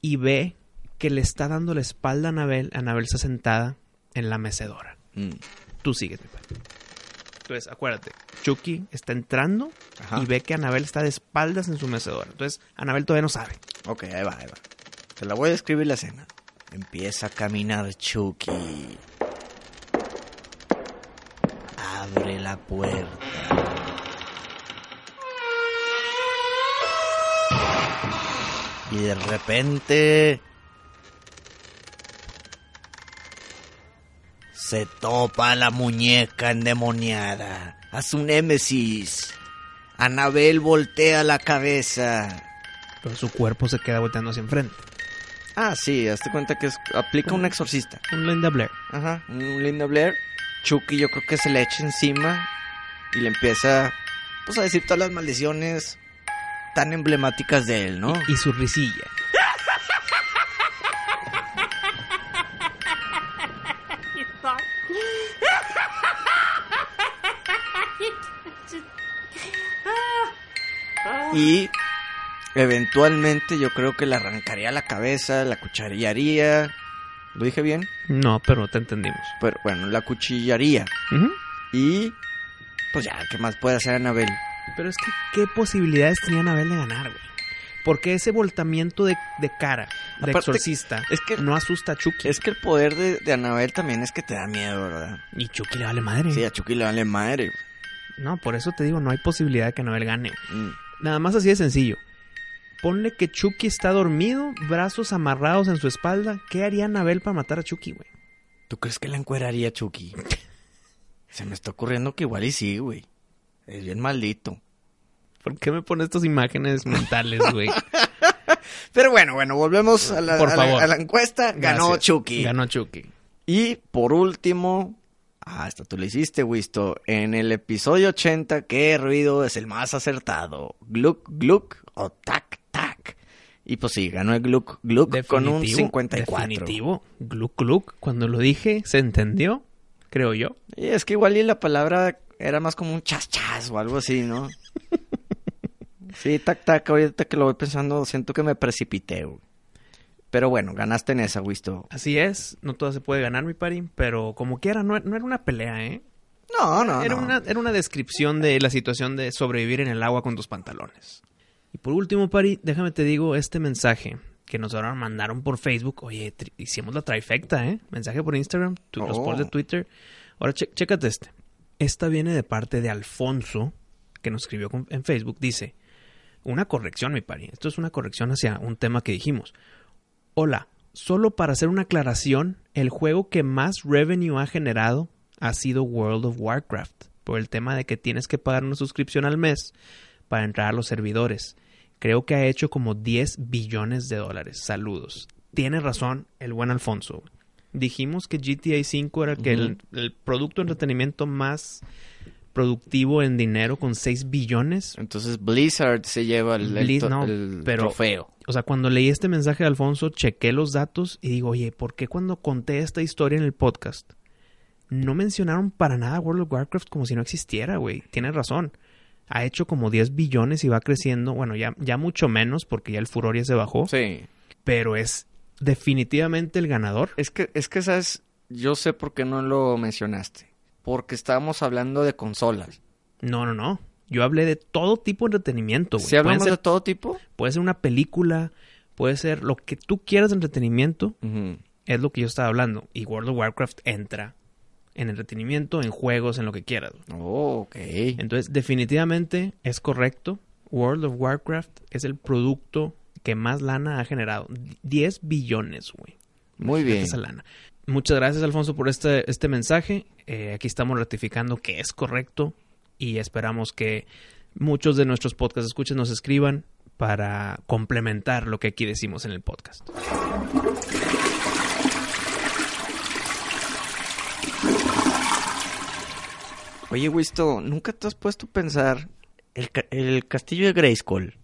Speaker 2: Y ve que le está dando la espalda a Anabel. Anabel está sentada en la mecedora.
Speaker 3: Mm.
Speaker 2: Tú sigues, mi padre. Entonces, acuérdate, Chucky está entrando
Speaker 3: Ajá.
Speaker 2: y ve que Anabel está de espaldas en su mecedora. Entonces, Anabel todavía no sabe.
Speaker 3: Ok, ahí va, ahí va. Te la voy a describir la escena. Empieza a caminar Chucky. Abre la puerta. Y de repente... Se topa la muñeca endemoniada. A su némesis. Anabel voltea la cabeza.
Speaker 2: Pero su cuerpo se queda volteando hacia enfrente.
Speaker 3: Ah, sí, hazte cuenta que es- aplica un exorcista.
Speaker 2: Un Linda Blair.
Speaker 3: Ajá, un Linda Blair. Chucky yo creo que se le echa encima y le empieza pues a decir todas las maldiciones tan emblemáticas de él, ¿no?
Speaker 2: Y su risilla.
Speaker 3: Y eventualmente yo creo que le arrancaría la cabeza, la cuchillaría. ¿Lo dije bien?
Speaker 2: No, pero te entendimos.
Speaker 3: Pero bueno, la cuchillaría.
Speaker 2: Ujú.
Speaker 3: Y pues ya, ¿qué más puede hacer Anabel?
Speaker 2: Pero es que, ¿qué posibilidades tenía Anabel de ganar, güey? Porque ese voltamiento de, de cara de
Speaker 3: Aparte,
Speaker 2: exorcista
Speaker 3: es que-
Speaker 2: no asusta a Chucky.
Speaker 3: Es que el poder de, de Anabel también es que te da miedo, ¿verdad?
Speaker 2: Y Chucky le vale madre.
Speaker 3: Sí, a Chucky le vale madre.
Speaker 2: No, por eso te digo, no hay posibilidad de que Anabel gane.
Speaker 3: Mm.
Speaker 2: Nada más así de sencillo. Ponle que Chucky está dormido, brazos amarrados en su espalda. ¿Qué haría Anabel para matar a Chucky, güey?
Speaker 3: ¿Tú crees que la encueraría Chucky? Se me está ocurriendo que igual y sí, güey. Es bien maldito.
Speaker 2: ¿Por qué me pones estas imágenes mentales, güey?
Speaker 3: Pero bueno, bueno, volvemos a la,
Speaker 2: Por
Speaker 3: a la-
Speaker 2: favor.
Speaker 3: a la encuesta. Ganó
Speaker 2: Gracias.
Speaker 3: Chucky.
Speaker 2: Ganó Chucky.
Speaker 3: Y por último, hasta tú lo hiciste, Wisto. En el episodio 80, ¿qué ruido es el más acertado? ¿Gluck, gluck o tac, tac? Y pues sí, ganó el gluck, gluck con un 54.
Speaker 2: Definitivo. Gluck, gluck. Cuando lo dije, se entendió, creo yo.
Speaker 3: Y es que igual y la palabra era más como un chas chas o algo así, ¿no? sí, tac tac, ahorita que lo voy pensando, siento que me precipité, güey. Pero bueno, ganaste en esa, Wisto.
Speaker 2: Así es, no toda se puede ganar, mi pari, pero como quiera, no, no era una pelea, ¿eh?
Speaker 3: No, no,
Speaker 2: Era
Speaker 3: no.
Speaker 2: una, era una descripción de la situación de sobrevivir en el agua con tus pantalones. Y por último, pari, déjame te digo este mensaje que nos ahora mandaron por Facebook. Oye, tri- hicimos la trifecta, ¿eh? Mensaje por Instagram, tu- los
Speaker 3: Oh.
Speaker 2: polls de Twitter. Ahora, che- chécate este. Esta viene de parte de Alfonso que nos escribió con- en Facebook, dice, una corrección, mi pari. Esto es una corrección hacia un tema que dijimos. Hola, solo para hacer una aclaración, el juego que más revenue ha generado ha sido World of Warcraft, por el tema de que tienes que pagar una suscripción al mes para entrar a los servidores. Creo que ha hecho como 10 billones de dólares. Saludos. Tiene razón el buen Alfonso. Dijimos que GTA V era que el, el producto de entretenimiento más productivo en dinero con 6 billones.
Speaker 3: Entonces Blizzard se lleva el, el
Speaker 2: Blizz-
Speaker 3: to-
Speaker 2: no,
Speaker 3: el
Speaker 2: pero-
Speaker 3: trofeo.
Speaker 2: O sea, cuando leí este mensaje de Alfonso, chequé los datos y digo, oye, ¿por qué cuando conté esta historia en el podcast no mencionaron para nada World of Warcraft como si no existiera, güey? Tienes razón. Ha hecho como 10 billones y va creciendo. Bueno, ya, ya mucho menos porque ya el furor ya se bajó.
Speaker 3: Sí.
Speaker 2: Pero es definitivamente el ganador.
Speaker 3: Es que, es que, ¿sabes? Yo sé por qué no lo mencionaste. Porque estábamos hablando de consolas.
Speaker 2: No, no, no. Yo hablé de todo tipo de entretenimiento, güey.
Speaker 3: Si hablamos
Speaker 2: Pueden ser-
Speaker 3: de todo tipo,
Speaker 2: puede ser una película, puede ser lo que tú quieras de entretenimiento. Es lo que yo estaba hablando. Y World of Warcraft entra en entretenimiento, en juegos, en lo que quieras.
Speaker 3: Oh, ok.
Speaker 2: Entonces, definitivamente es correcto. World of Warcraft es el producto que más lana ha generado. 10 billones, güey.
Speaker 3: Muy bien.
Speaker 2: Esa lana. Muchas gracias, Alfonso, por este, este mensaje. Eh, aquí estamos ratificando que es correcto y esperamos que muchos de nuestros podcast escuchas nos escriban para complementar lo que aquí decimos en el podcast.
Speaker 3: Oye, Wisto, ¿nunca te has puesto a pensar el, ca- el castillo de Grayskull?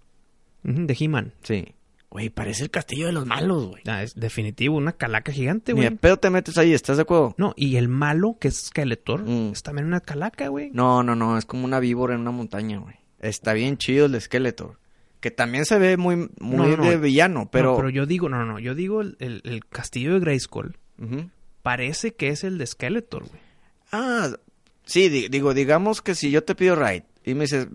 Speaker 2: Ujú, De He-Man.
Speaker 3: Sí. Güey, parece el castillo de los malos, güey.
Speaker 2: Ah, es definitivo, una calaca gigante,
Speaker 3: Ni
Speaker 2: güey.
Speaker 3: de pedo te metes ahí, ¿estás de acuerdo?
Speaker 2: No, y el malo, que es Skeletor,
Speaker 3: Mm.
Speaker 2: es también una calaca, güey.
Speaker 3: No, no, no, es como una víbora en una montaña, güey. Está bien chido el Skeletor. Que también se ve muy, muy
Speaker 2: No, no,
Speaker 3: de
Speaker 2: no.
Speaker 3: villano, pero...
Speaker 2: No, pero yo digo, no, no, no, yo digo el, el- el castillo de Grayskull
Speaker 3: Ujú.
Speaker 2: parece que es el de Skeletor, güey.
Speaker 3: Ah, sí, di- digo, digamos que si yo te pido ride y me dices,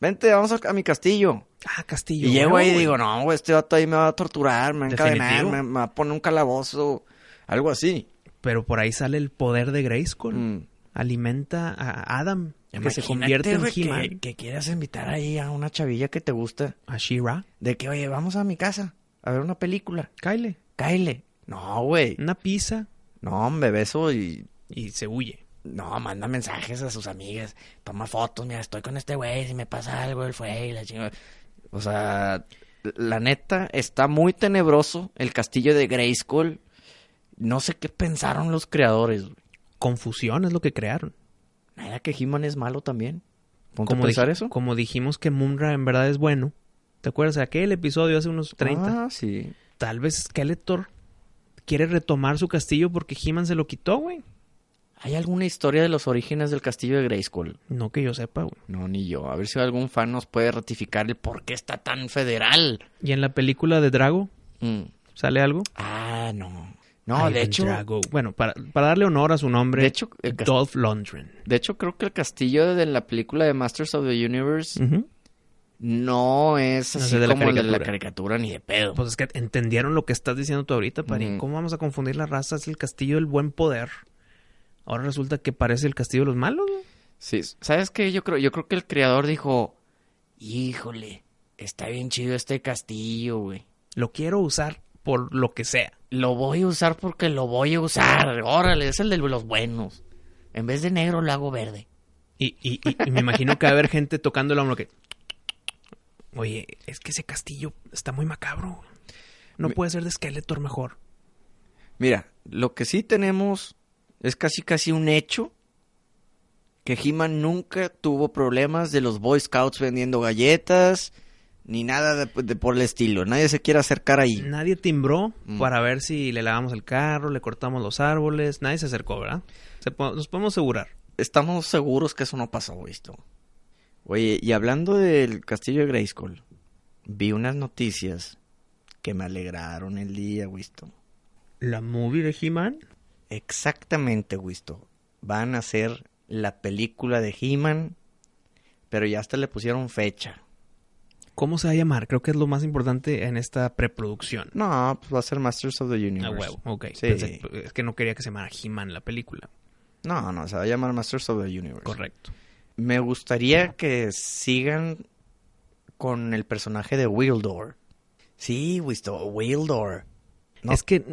Speaker 3: vente, vamos a, a mi castillo.
Speaker 2: Ah,
Speaker 3: Y,
Speaker 2: castillo.
Speaker 3: llego ahí y
Speaker 2: güey.
Speaker 3: digo, no, güey, este vato ahí me va a torturar, me va a encadenar,
Speaker 2: Definitivo.
Speaker 3: me, me va a poner un calabozo, algo así.
Speaker 2: Pero por ahí sale el poder de Grayskull.
Speaker 3: Mm.
Speaker 2: Alimenta a Adam, que se
Speaker 3: Imagínate,
Speaker 2: convierte en
Speaker 3: güey, que-
Speaker 2: He-Man.
Speaker 3: que quieras invitar ahí a una chavilla que te gusta.
Speaker 2: A She-Ra.
Speaker 3: De que, oye, vamos a mi casa a ver una película.
Speaker 2: Kyle.
Speaker 3: Cáele. No, güey.
Speaker 2: Una pizza
Speaker 3: No, hombre, beso y...
Speaker 2: y se huye.
Speaker 3: No, manda mensajes a sus amigas. Toma fotos, mira, estoy con este güey, si me pasa algo, él fue y la chingada. O sea, la neta, está muy tenebroso el castillo de Grayskull. No sé qué pensaron los creadores, güey.
Speaker 2: Confusión es lo que crearon.
Speaker 3: ¿No ¿Era que He-Man es malo también? ¿Ponte a
Speaker 2: Como,
Speaker 3: pensar
Speaker 2: dij-
Speaker 3: eso?
Speaker 2: como dijimos que Munra en verdad es bueno. ¿Te acuerdas de aquel episodio hace unos 30?
Speaker 3: Ah, sí.
Speaker 2: Tal vez Skeletor quiere retomar su castillo porque He-Man se lo quitó, güey.
Speaker 3: ¿Hay alguna historia de los orígenes del castillo de Grayskull?
Speaker 2: No que yo sepa, güey.
Speaker 3: No, ni yo. A ver si algún fan nos puede ratificar el por qué está tan federal.
Speaker 2: ¿Y en la película de Drago
Speaker 3: Mm.
Speaker 2: sale algo?
Speaker 3: Ah, no. No,
Speaker 2: Ivan
Speaker 3: de hecho...
Speaker 2: Drago. Bueno, para, para darle honor a su nombre,
Speaker 3: De hecho, el cas-
Speaker 2: Dolph Lundgren.
Speaker 3: De hecho, creo que el castillo de la película de Masters of the Universe
Speaker 2: Ujú.
Speaker 3: no es
Speaker 2: No
Speaker 3: así
Speaker 2: es de la
Speaker 3: como el de la
Speaker 2: caricatura.
Speaker 3: caricatura ni de pedo.
Speaker 2: Pues es que entendieron lo que estás diciendo tú ahorita, Parín.
Speaker 3: Ujú.
Speaker 2: ¿Cómo vamos a confundir la raza? Es el castillo del buen poder. Ahora resulta que parece el castillo de los malos. güey.
Speaker 3: Sí, ¿sabes qué? Yo creo, yo creo que el creador dijo, híjole, está bien chido este castillo, güey.
Speaker 2: Lo quiero usar por lo que sea.
Speaker 3: Lo voy a usar porque lo voy a usar. Órale, es el de los buenos. En vez de negro lo hago verde.
Speaker 2: Y, y- y- y me imagino que va a haber gente tocando el hombro que... Oye, es que ese castillo está muy macabro. No puede ser de Skeletor mejor.
Speaker 3: Mira, lo que sí tenemos es casi casi un hecho que He-Man nunca tuvo problemas de los Boy Scouts vendiendo galletas ni nada de, de por el estilo. Nadie se quiere acercar ahí.
Speaker 2: Nadie timbró
Speaker 3: Mm.
Speaker 2: para ver si le lavamos el carro, le cortamos los árboles. Nadie se acercó, ¿verdad? Se po- nos podemos asegurar.
Speaker 3: Estamos seguros que eso no pasó, esto. Oye, y hablando del castillo de Grayskull, vi unas noticias que me alegraron el día, Wisto.
Speaker 2: ¿La movie de He-Man?
Speaker 3: Exactamente, Wisto. Van a hacer la película de He-Man, pero ya hasta le pusieron fecha.
Speaker 2: ¿Cómo se va a llamar? Creo que es lo más importante en esta preproducción.
Speaker 3: No, pues va a ser Masters of the Universe.
Speaker 2: A huevo, ok.
Speaker 3: Sí.
Speaker 2: Pensé- es que no quería que se llamara He-Man la película.
Speaker 3: No, no, se va a llamar Masters of the Universe.
Speaker 2: Correcto.
Speaker 3: Me gustaría que sigan con el personaje de Wildor. Sí, Wisto, Wildor. No.
Speaker 2: Es que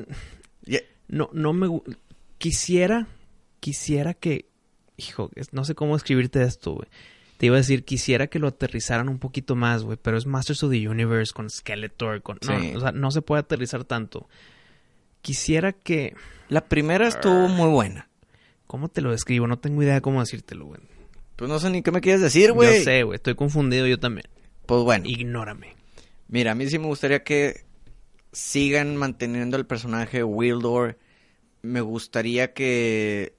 Speaker 3: Ya-
Speaker 2: no, no me gu- quisiera, quisiera que, hijo, es- no sé cómo escribirte esto, güey. Te iba a decir, quisiera que lo aterrizaran un poquito más, güey, pero es Masters of the Universe con Skeletor, con... No,
Speaker 3: Sí.
Speaker 2: o sea, no se puede aterrizar tanto. Quisiera que...
Speaker 3: La primera estuvo muy buena.
Speaker 2: ¿Cómo te lo describo? No tengo idea de cómo decírtelo, güey.
Speaker 3: Pues no sé ni qué me quieres decir,
Speaker 2: Yo
Speaker 3: güey.
Speaker 2: sé, güey, estoy confundido yo también.
Speaker 3: Pues bueno.
Speaker 2: Ignórame.
Speaker 3: Mira, a mí sí me gustaría que sigan manteniendo el personaje de Wildor. Me gustaría que,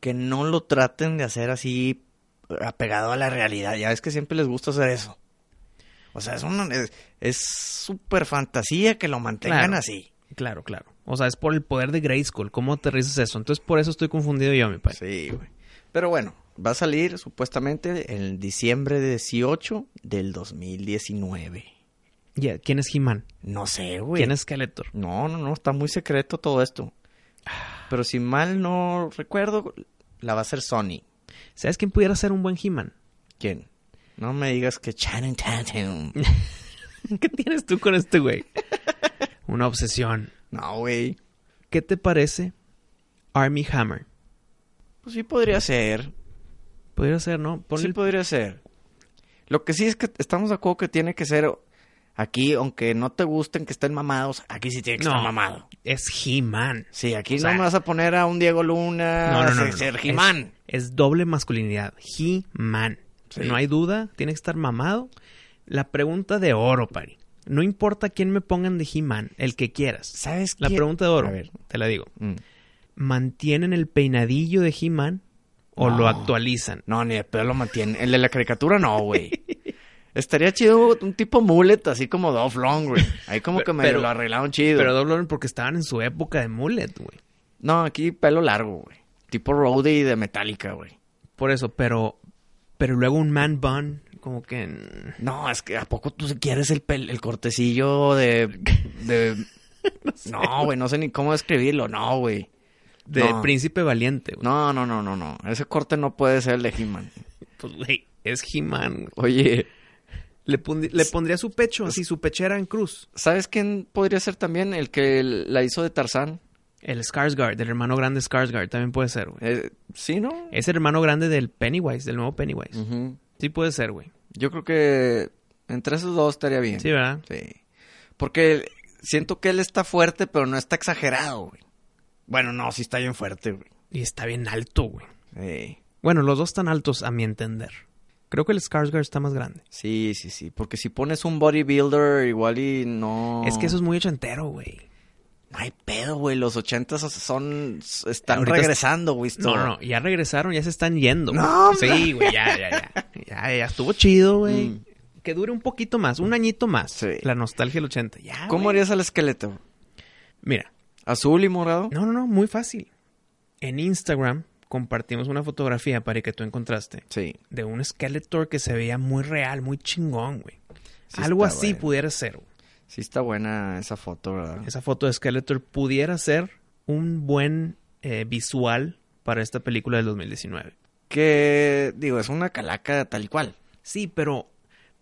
Speaker 3: que no lo traten de hacer así apegado a la realidad. Ya ves que siempre les gusta hacer eso. O sea, es una es, es súper fantasía que lo mantengan
Speaker 2: Claro.
Speaker 3: así.
Speaker 2: Claro, claro. O sea, es por el poder de Grayskull. ¿Cómo aterrizas eso? Entonces, por eso estoy confundido yo, mi padre.
Speaker 3: Sí, güey. Pero bueno, va a salir supuestamente en diciembre de 18 del 2019.
Speaker 2: Ya, ¿Quién es He-Man?
Speaker 3: No sé, güey.
Speaker 2: ¿Quién es Skeletor?
Speaker 3: No, no, no, está muy secreto todo esto. Pero si mal no recuerdo, la va a ser Sony.
Speaker 2: ¿Sabes quién pudiera ser un buen He-Man?
Speaker 3: ¿Quién? No me digas que Channing Tatum.
Speaker 2: ¿Qué tienes tú con este güey? Una obsesión.
Speaker 3: No, güey.
Speaker 2: ¿Qué te parece Army Hammer?
Speaker 3: Pues sí podría ser.
Speaker 2: Podría ser, ¿no? Ponle
Speaker 3: Sí podría ser. Lo que sí es que estamos de acuerdo que tiene que ser aquí, aunque no te gusten que estén mamados, aquí sí tiene que estar
Speaker 2: No.
Speaker 3: mamado.
Speaker 2: Es He-Man.
Speaker 3: Sí, aquí
Speaker 2: O
Speaker 3: no
Speaker 2: sea-
Speaker 3: me vas a poner a un Diego Luna,
Speaker 2: No, no, no, no,
Speaker 3: a
Speaker 2: no.
Speaker 3: Sergio Jimán.
Speaker 2: Es, es doble masculinidad. He-Man.
Speaker 3: Sí.
Speaker 2: No hay duda. Tiene que estar mamado. La pregunta de oro, Pari. No importa quién me pongan de He-Man, el que quieras.
Speaker 3: ¿Sabes
Speaker 2: La
Speaker 3: quién?
Speaker 2: pregunta de oro.
Speaker 3: A ver.
Speaker 2: Te la digo.
Speaker 3: Mm.
Speaker 2: ¿Mantienen el peinadillo de He-Man o
Speaker 3: No.
Speaker 2: lo actualizan?
Speaker 3: No, ni de pedo lo mantiene. El de la caricatura no, güey. Estaría chido un tipo mullet, así como Dolph Long, güey. Ahí como que me
Speaker 2: Pero-
Speaker 3: lo arreglaron chido.
Speaker 2: Pero doblaron porque estaban en su época de mullet, güey.
Speaker 3: No, aquí pelo largo, güey. Tipo Rowdy de Metallica, güey.
Speaker 2: Por eso, pero. Pero luego un man bun, como que. mm,
Speaker 3: No, es que ¿a poco tú quieres el, pel- el cortecillo de... de... No, güey, no sé ni cómo describirlo. No, güey.
Speaker 2: De
Speaker 3: No.
Speaker 2: príncipe valiente, güey.
Speaker 3: No, no, no, no, no. Ese corte no puede ser el de He-Man.
Speaker 2: Pues, güey, es He-Man, güey.
Speaker 3: Oye,
Speaker 2: Le, pondri- le pondría su pecho, así, su pechera en cruz.
Speaker 3: ¿sabes quién podría ser también el que la hizo de Tarzán?
Speaker 2: El Skarsgård, el hermano grande Skarsgård, también puede ser, güey.
Speaker 3: Eh, sí, ¿no?
Speaker 2: Es el hermano grande del Pennywise, del nuevo Pennywise.
Speaker 3: Ujú.
Speaker 2: Sí puede ser, güey.
Speaker 3: Yo creo que entre esos dos estaría bien.
Speaker 2: Sí, ¿verdad?
Speaker 3: Sí. Porque siento que él está fuerte, pero no está exagerado, güey. Bueno, no, sí está bien fuerte, güey.
Speaker 2: Y está bien alto, güey.
Speaker 3: Sí.
Speaker 2: Bueno, los dos están altos, a mi entender. Creo que el Skarsgård está más grande.
Speaker 3: Sí, sí, sí. Porque si pones un bodybuilder igual y no...
Speaker 2: Es que eso es muy ochentero, güey.
Speaker 3: No hay pedo, güey. Los ochentas son... Están
Speaker 2: Ahorita es-
Speaker 3: regresando, güey.
Speaker 2: No, no, ya regresaron, ya se están yendo. güey.
Speaker 3: No, hombre.
Speaker 2: sí, güey, ya, ya, ya. Ya, ya estuvo chido, güey.
Speaker 3: Mm.
Speaker 2: Que dure un poquito más, un añito más.
Speaker 3: Sí.
Speaker 2: La nostalgia del 80. Ya.
Speaker 3: ¿Cómo
Speaker 2: güey.
Speaker 3: harías al esqueleto?
Speaker 2: Mira,
Speaker 3: ¿Azul y morado?
Speaker 2: no, no, no, muy fácil. En Instagram compartimos una fotografía para que tú encontraste
Speaker 3: Sí.
Speaker 2: de un Skeletor que se veía muy real, muy chingón, güey.
Speaker 3: Sí
Speaker 2: Algo
Speaker 3: está
Speaker 2: así
Speaker 3: bueno. Ah.
Speaker 2: pudiera ser. güey.
Speaker 3: Sí está buena esa foto, ¿verdad?
Speaker 2: Esa foto de Skeletor pudiera ser un buen eh, visual para esta película del 2019.
Speaker 3: Que, digo, es una calaca tal y cual.
Speaker 2: Sí, pero,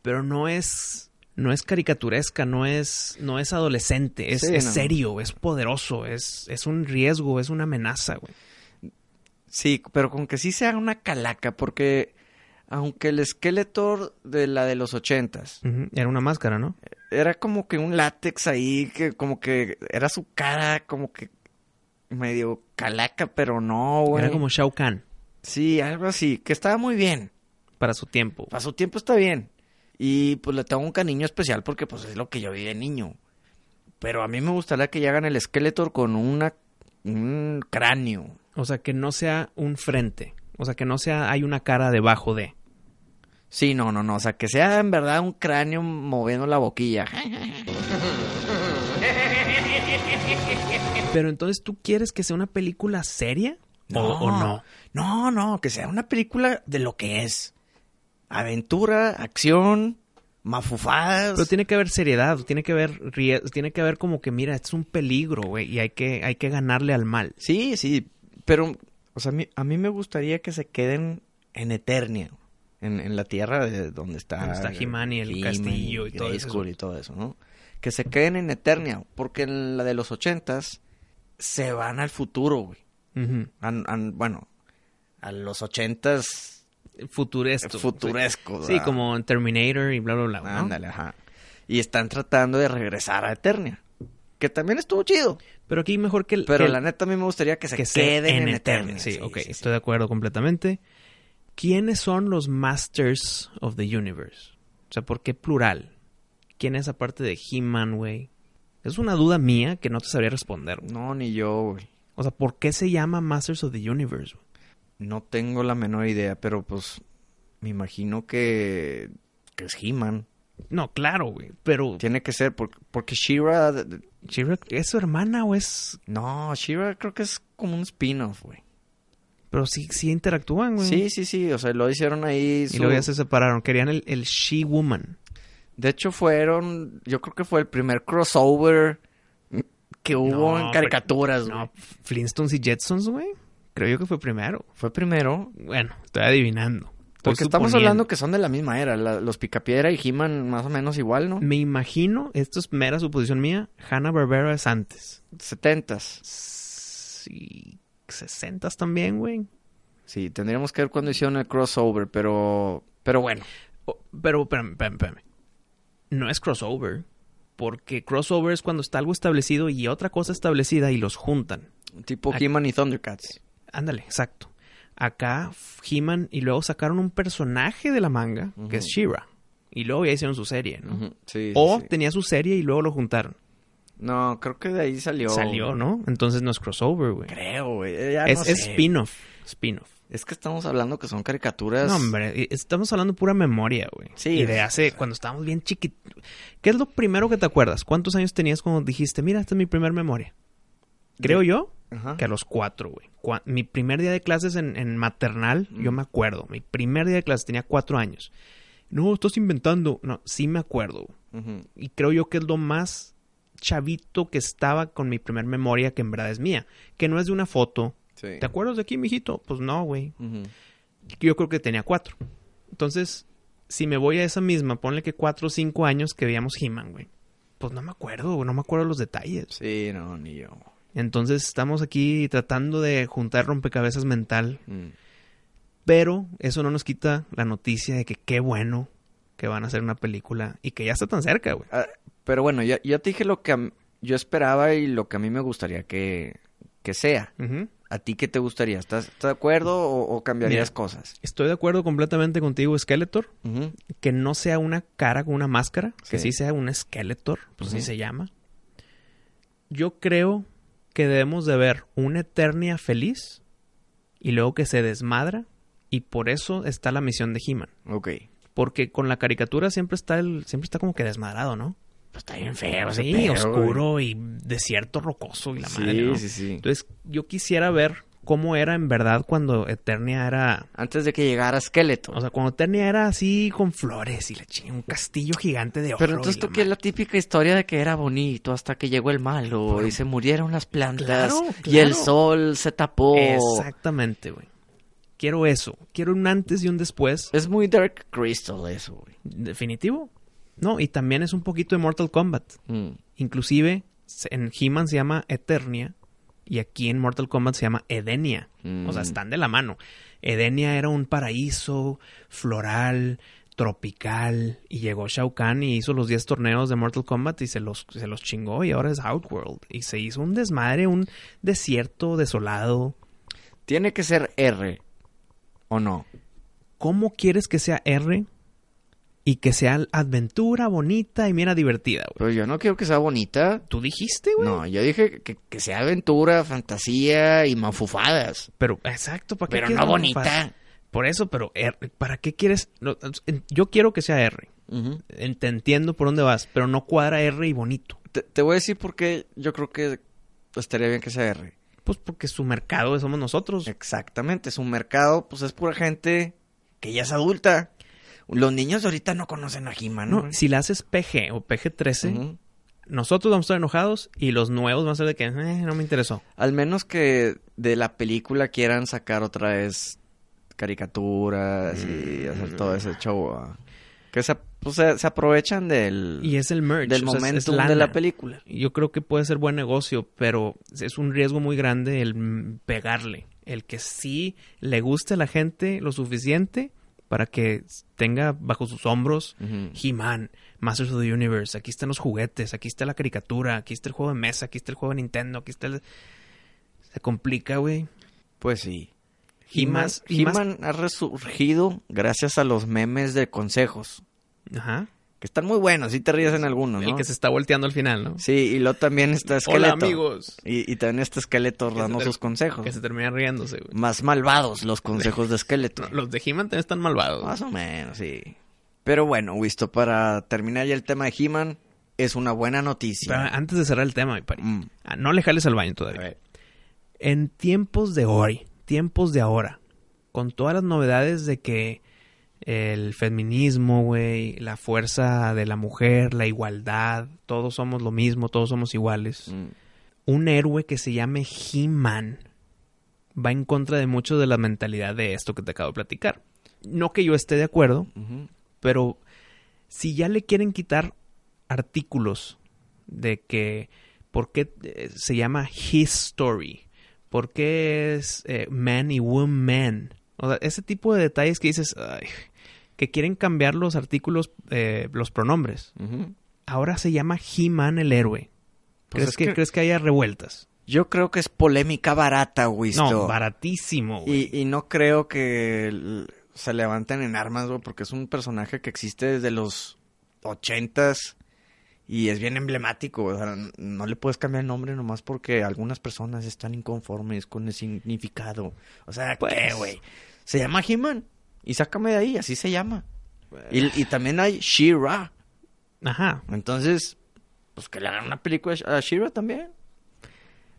Speaker 2: pero no es, no es caricaturesca, no es, no es adolescente, es,
Speaker 3: Sí,
Speaker 2: es
Speaker 3: no.
Speaker 2: serio, es poderoso, es, es un riesgo, es una amenaza, güey.
Speaker 3: Sí, pero con que sí sea una calaca, porque aunque el Skeletor de la de los ochentas
Speaker 2: Ujú, Era una máscara, ¿no?
Speaker 3: era como que un látex ahí, que como que era su cara como que medio calaca, pero no, güey.
Speaker 2: Era como Shao Kahn
Speaker 3: Sí, algo así, que estaba muy bien.
Speaker 2: para su tiempo.
Speaker 3: A su tiempo está bien. Y pues le tengo un cariño especial porque pues es lo que yo vi de niño. Pero a mí me gustaría que ya hagan el Skeletor con una un cráneo.
Speaker 2: O sea, que no sea un frente. O sea, que no sea, hay una cara debajo de.
Speaker 3: Sí, no, no, no. O sea, que sea en verdad un cráneo moviendo la boquilla.
Speaker 2: Pero entonces, ¿tú quieres que sea una película seria? ¿O- o no?
Speaker 3: No, no, que sea una película de lo que es. Aventura, acción, mafufadas.
Speaker 2: Pero tiene que haber seriedad, tiene que haber ries- tiene que haber como que mira, es un peligro, güey, y hay que hay que ganarle al mal.
Speaker 3: Sí, sí, pero o sea, a mí, a mí me gustaría que se queden en Eternia. en, en la tierra de donde está...
Speaker 2: Donde está He-Man y el
Speaker 3: He-Man
Speaker 2: castillo y todo
Speaker 3: Grayskull
Speaker 2: eso.
Speaker 3: y todo eso, ¿no? Que se queden en Eternia, porque en la de los ochentas se van al futuro, güey.
Speaker 2: Ujú.
Speaker 3: An- an- bueno, a los ochentas
Speaker 2: Futuresco.
Speaker 3: futurescos.
Speaker 2: Sí,
Speaker 3: ¿verdad?
Speaker 2: como en Terminator y bla, bla, bla. ¿no?
Speaker 3: Ándale, ajá. Y están tratando de regresar a Eternia. Que también estuvo chido.
Speaker 2: Pero aquí mejor que el.
Speaker 3: Pero
Speaker 2: que el-
Speaker 3: la neta a mí me gustaría que se
Speaker 2: que se
Speaker 3: queden en, Eternia.
Speaker 2: Sí, ok,
Speaker 3: sí,
Speaker 2: estoy de acuerdo completamente. ¿Quiénes son los Masters of the Universe? O sea, ¿por qué plural? ¿Quién es aparte de He-Man, güey? Es una duda mía que no te sabría responder. güey.
Speaker 3: No, ni yo, güey.
Speaker 2: O sea, ¿por qué se llama Masters of the Universe? güey?
Speaker 3: No tengo la menor idea, pero pues me imagino que, que es He-Man.
Speaker 2: No, claro, güey. Pero,
Speaker 3: Tiene que ser, porque, porque She-Ra... de- de-
Speaker 2: ¿She-Ra ¿es su hermana o es...?
Speaker 3: No, She-Ra creo que es como un spin-off, güey.
Speaker 2: Pero sí, sí interactúan, güey.
Speaker 3: Sí, sí, sí, o sea, lo hicieron ahí...
Speaker 2: Y
Speaker 3: su-
Speaker 2: luego ya se separaron. Querían el, el She-Woman.
Speaker 3: De hecho, fueron... Yo creo que fue el primer crossover que hubo
Speaker 2: No,
Speaker 3: en caricaturas, güey.
Speaker 2: No, Flintstones y Jetsons, güey. Creo yo que fue primero.
Speaker 3: Fue primero.
Speaker 2: Bueno, estoy adivinando. Estoy
Speaker 3: Porque estamos
Speaker 2: suponiendo.
Speaker 3: hablando que son de la misma era. la- los Picapiedra y He-Man más o menos igual, ¿no?
Speaker 2: Me imagino, esto es mera suposición mía, Hanna-Barbera es antes.
Speaker 3: Setentas.
Speaker 2: Sí, 60 también, güey.
Speaker 3: Sí, tendríamos que ver cuándo hicieron el crossover, pero... Pero bueno.
Speaker 2: Oh, pero, espérame, espérame, espérame. No es crossover. Porque crossover es cuando está algo establecido y otra cosa establecida y los juntan.
Speaker 3: Tipo
Speaker 2: Aquí-
Speaker 3: He-Man y Thundercats.
Speaker 2: Ándale, exacto. Acá f- He-Man y luego sacaron un personaje de la manga, que es She-Ra. Y luego ya hicieron su serie, ¿no?
Speaker 3: Ujú, Sí, sí,
Speaker 2: O
Speaker 3: sí.
Speaker 2: tenía su serie y luego lo juntaron.
Speaker 3: No, creo que de ahí salió.
Speaker 2: Salió, ¿no? Entonces no es crossover, güey.
Speaker 3: Creo, güey. eh, ya
Speaker 2: Es,
Speaker 3: no
Speaker 2: es
Speaker 3: sé.
Speaker 2: spin-off. Spin-off.
Speaker 3: Es que estamos hablando que son caricaturas.
Speaker 2: No, hombre, y- estamos hablando pura memoria, güey.
Speaker 3: Sí,
Speaker 2: Y de
Speaker 3: es-
Speaker 2: hace, cuando estábamos bien chiquitos. ¿Qué es lo primero que te acuerdas? ¿Cuántos años tenías cuando dijiste, mira, esta es mi primer memoria? Creo yo
Speaker 3: Ajá.
Speaker 2: que a los cuatro, güey. Cua- Mi primer día de clases en, en maternal, yo me acuerdo. Mi primer día de clases tenía cuatro años. No, estás inventando. No, sí me acuerdo. güey.
Speaker 3: Ujú.
Speaker 2: Y creo yo que es lo más chavito que estaba con mi primer memoria que en verdad es mía. Que no es de una foto.
Speaker 3: Sí.
Speaker 2: ¿Te acuerdas de aquí, mijito? Pues no, güey
Speaker 3: Ujú.
Speaker 2: yo creo que tenía cuatro. Entonces, si me voy a esa misma, ponle que cuatro o cinco años que veíamos He-Man, güey. Pues no me acuerdo, güey, no me acuerdo los detalles.
Speaker 3: Sí, no, ni yo.
Speaker 2: Entonces, estamos aquí tratando de juntar rompecabezas mental.
Speaker 3: Mm.
Speaker 2: Pero eso no nos quita la noticia de que qué bueno que van a hacer una película y que ya está tan cerca, güey.
Speaker 3: Ah, pero bueno, ya, ya te dije lo que a m- yo esperaba y lo que a mí me gustaría que, que sea.
Speaker 2: Ujú.
Speaker 3: ¿A ti qué te gustaría? ¿Estás, estás de acuerdo o, o cambiarías
Speaker 2: Mira.
Speaker 3: cosas?
Speaker 2: Estoy de acuerdo completamente contigo, Skeletor.
Speaker 3: Ujú.
Speaker 2: que no sea una cara con una máscara, que
Speaker 3: Sí.
Speaker 2: sí sea un Skeletor, pues así
Speaker 3: Ujú.
Speaker 2: se llama. Yo creo que debemos de ver una Eternia feliz y luego que se desmadra y por eso está la misión de He-Man.
Speaker 3: Ok.
Speaker 2: Porque con la caricatura siempre está el siempre está como que desmadrado, ¿no?
Speaker 3: Pues está bien feo,
Speaker 2: sí, oscuro y desierto rocoso y la
Speaker 3: sí,
Speaker 2: madre, ¿no?
Speaker 3: sí, sí.
Speaker 2: Entonces, yo quisiera ver cómo era en verdad cuando Eternia era
Speaker 3: Antes de que llegara Skeletor.
Speaker 2: o sea, cuando Eternia era así con flores y la chingada, un castillo gigante de oro.
Speaker 3: Pero entonces
Speaker 2: y
Speaker 3: tú
Speaker 2: la
Speaker 3: que es
Speaker 2: madre.
Speaker 3: la típica historia de que era bonito hasta que llegó el malo y se murieron las plantas
Speaker 2: Claro,
Speaker 3: y el
Speaker 2: claro.
Speaker 3: sol se tapó.
Speaker 2: Exactamente, güey. Quiero eso. Quiero un antes y un después.
Speaker 3: Es muy Dark Crystal eso, güey.
Speaker 2: Definitivo. No, y también es un poquito de Mortal Kombat.
Speaker 3: Mm.
Speaker 2: Inclusive se- en He-Man se llama Eternia y aquí en Mortal Kombat se llama Edenia.
Speaker 3: Mm.
Speaker 2: O sea, están de la mano. Edenia era un paraíso floral, tropical y llegó Shao Kahn y hizo los 10 torneos de Mortal Kombat y se los, se los chingó y ahora es Outworld. Y se hizo un desmadre, un desierto desolado.
Speaker 3: Tiene que ser R. ¿O no?
Speaker 2: ¿Cómo quieres que sea R y que sea aventura bonita y mira divertida, güey?
Speaker 3: Pero Pues yo no quiero que sea bonita.
Speaker 2: ¿Tú dijiste, güey?
Speaker 3: No, yo dije que, que sea aventura, fantasía y mafufadas.
Speaker 2: Pero, exacto, ¿para qué
Speaker 3: Pero
Speaker 2: quieres
Speaker 3: no
Speaker 2: la
Speaker 3: bonita.
Speaker 2: faz- Por eso, pero R, ¿para qué quieres? No, en- yo quiero que sea R.
Speaker 3: Ujú.
Speaker 2: En- Te entiendo por dónde vas, pero no cuadra R y bonito.
Speaker 3: te, te voy a decir por qué yo creo que estaría bien que sea R.
Speaker 2: Pues porque su mercado somos nosotros.
Speaker 3: Exactamente, su mercado pues es pura gente que ya es adulta. Los niños de ahorita no conocen a He-Man,
Speaker 2: No,
Speaker 3: güey.
Speaker 2: si la haces PG o PG-13,
Speaker 3: Ujú.
Speaker 2: nosotros vamos a estar enojados y los nuevos van a ser de que "Eh, no me interesó.
Speaker 3: Al menos que de la película quieran sacar otra vez
Speaker 4: caricaturas
Speaker 2: Mm.
Speaker 4: y hacer todo ese show. ¿va? Que se, pues, se, se aprovechan del,
Speaker 2: Y es el merch.
Speaker 4: del
Speaker 2: o sea, es- es
Speaker 4: momentum de
Speaker 2: lana.
Speaker 4: la película.
Speaker 2: Yo creo que puede ser buen negocio, pero es un riesgo muy grande el mm, pegarle. El que sí le guste a la gente lo suficiente para que tenga bajo sus hombros
Speaker 4: Ujú.
Speaker 2: He-Man, Masters of the Universe, aquí están los juguetes, aquí está la caricatura, aquí está el juego de mesa, aquí está el juego de Nintendo, aquí está el... Se complica, güey.
Speaker 4: Pues sí.
Speaker 2: Y más- y más-
Speaker 4: He-Man ha resurgido gracias a los memes de consejos.
Speaker 2: Ajá.
Speaker 4: Que están muy buenos, sí te ríes en algunos,
Speaker 2: El
Speaker 4: ¿no?
Speaker 2: que se está volteando al final, ¿no?
Speaker 4: Sí, y luego también está Esqueleto.
Speaker 2: Hola, amigos.
Speaker 4: Y, y también está Esqueleto
Speaker 2: Que se
Speaker 4: dando
Speaker 2: ter-
Speaker 4: sus consejos.
Speaker 2: Que se termina riéndose, güey.
Speaker 4: Más malvados los consejos de Esqueleto.
Speaker 2: No, Los de He-Man también están malvados.
Speaker 4: Más o menos, Pues, sí. Pero bueno, Wisto, para terminar ya el tema de He-Man, es una buena
Speaker 2: Pero
Speaker 4: noticia.
Speaker 2: antes de cerrar el tema, mi pari.
Speaker 4: Mm.
Speaker 2: Ah, No le jales al baño
Speaker 4: A
Speaker 2: todavía.
Speaker 4: ver.
Speaker 2: En tiempos de hoy, tiempos de ahora, con todas las novedades de que el feminismo, güey, la fuerza de la mujer, la igualdad, todos somos lo mismo, todos somos iguales.
Speaker 4: Mm.
Speaker 2: Un héroe que se llame He-Man va en contra de mucho de la mentalidad de esto que te acabo de platicar. No que yo esté de acuerdo,
Speaker 4: Ujú.
Speaker 2: pero si ya le quieren quitar artículos de que por qué eh, se llama his story, por qué es eh, man y woman, o sea, ese tipo de detalles que dices, ay, que quieren cambiar los artículos, eh, los pronombres.
Speaker 4: Ujú.
Speaker 2: Ahora se llama He-Man el héroe.
Speaker 4: Pues
Speaker 2: ¿Crees,
Speaker 4: es
Speaker 2: que,
Speaker 4: que-
Speaker 2: ¿Crees que haya revueltas?
Speaker 4: Yo creo que es polémica barata, Wisto.
Speaker 2: No, baratísimo. güey.
Speaker 4: Y, y no creo que l- se levanten en armas, güey, porque es un personaje que existe desde los ochentas y es bien emblemático. O sea, n- no le puedes cambiar el nombre nomás porque algunas personas están inconformes con el significado. O sea, ¿qué,
Speaker 2: Pues.
Speaker 4: güey? Se llama He-Man y sácame de ahí, así se llama.
Speaker 2: Pues.
Speaker 4: Y, y también hay She-Ra.
Speaker 2: Ajá.
Speaker 4: Entonces, pues que le hagan una película a She-Ra también.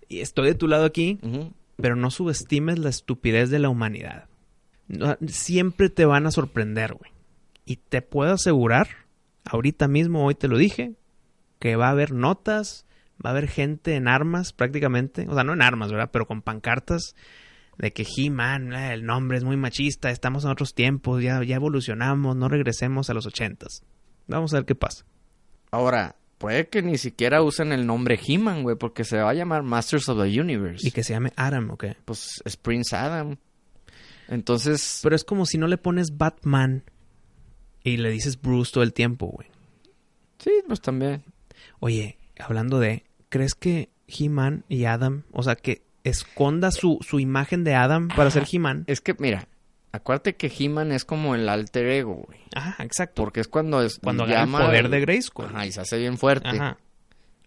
Speaker 2: Y estoy de tu lado aquí,
Speaker 4: Ujú.
Speaker 2: pero no subestimes la estupidez de la humanidad. No- siempre te van a sorprender, güey. Y te puedo asegurar, ahorita mismo, hoy te lo dije, que va a haber notas, va a haber gente en armas prácticamente, o sea, no en armas, ¿verdad? Pero con pancartas de que He-Man, eh, el nombre es muy machista, estamos en otros tiempos, ya, ya evolucionamos, no regresemos a los ochentas. Vamos a ver qué pasa.
Speaker 4: Ahora, puede que ni siquiera usen el nombre He-Man, güey, porque se va a llamar Masters of the Universe.
Speaker 2: Y que se llame Adam, ¿ok?
Speaker 4: Pues es Prince Adam. Entonces,
Speaker 2: Pero es como si no le pones Batman y le dices Bruce todo el tiempo, güey.
Speaker 4: sí, pues también.
Speaker 2: Oye, hablando de, ¿crees que He-Man y Adam, o sea, que esconda su, su imagen de Adam para ser He-Man?
Speaker 4: Es que, mira, acuérdate que He-Man es como el alter ego, güey.
Speaker 2: Ajá, Ah, exacto.
Speaker 4: Porque es cuando es
Speaker 2: Cuando agarra el
Speaker 4: llama
Speaker 2: poder
Speaker 4: al-
Speaker 2: de Grayskull.
Speaker 4: Ajá, y se hace bien fuerte.
Speaker 2: Ajá.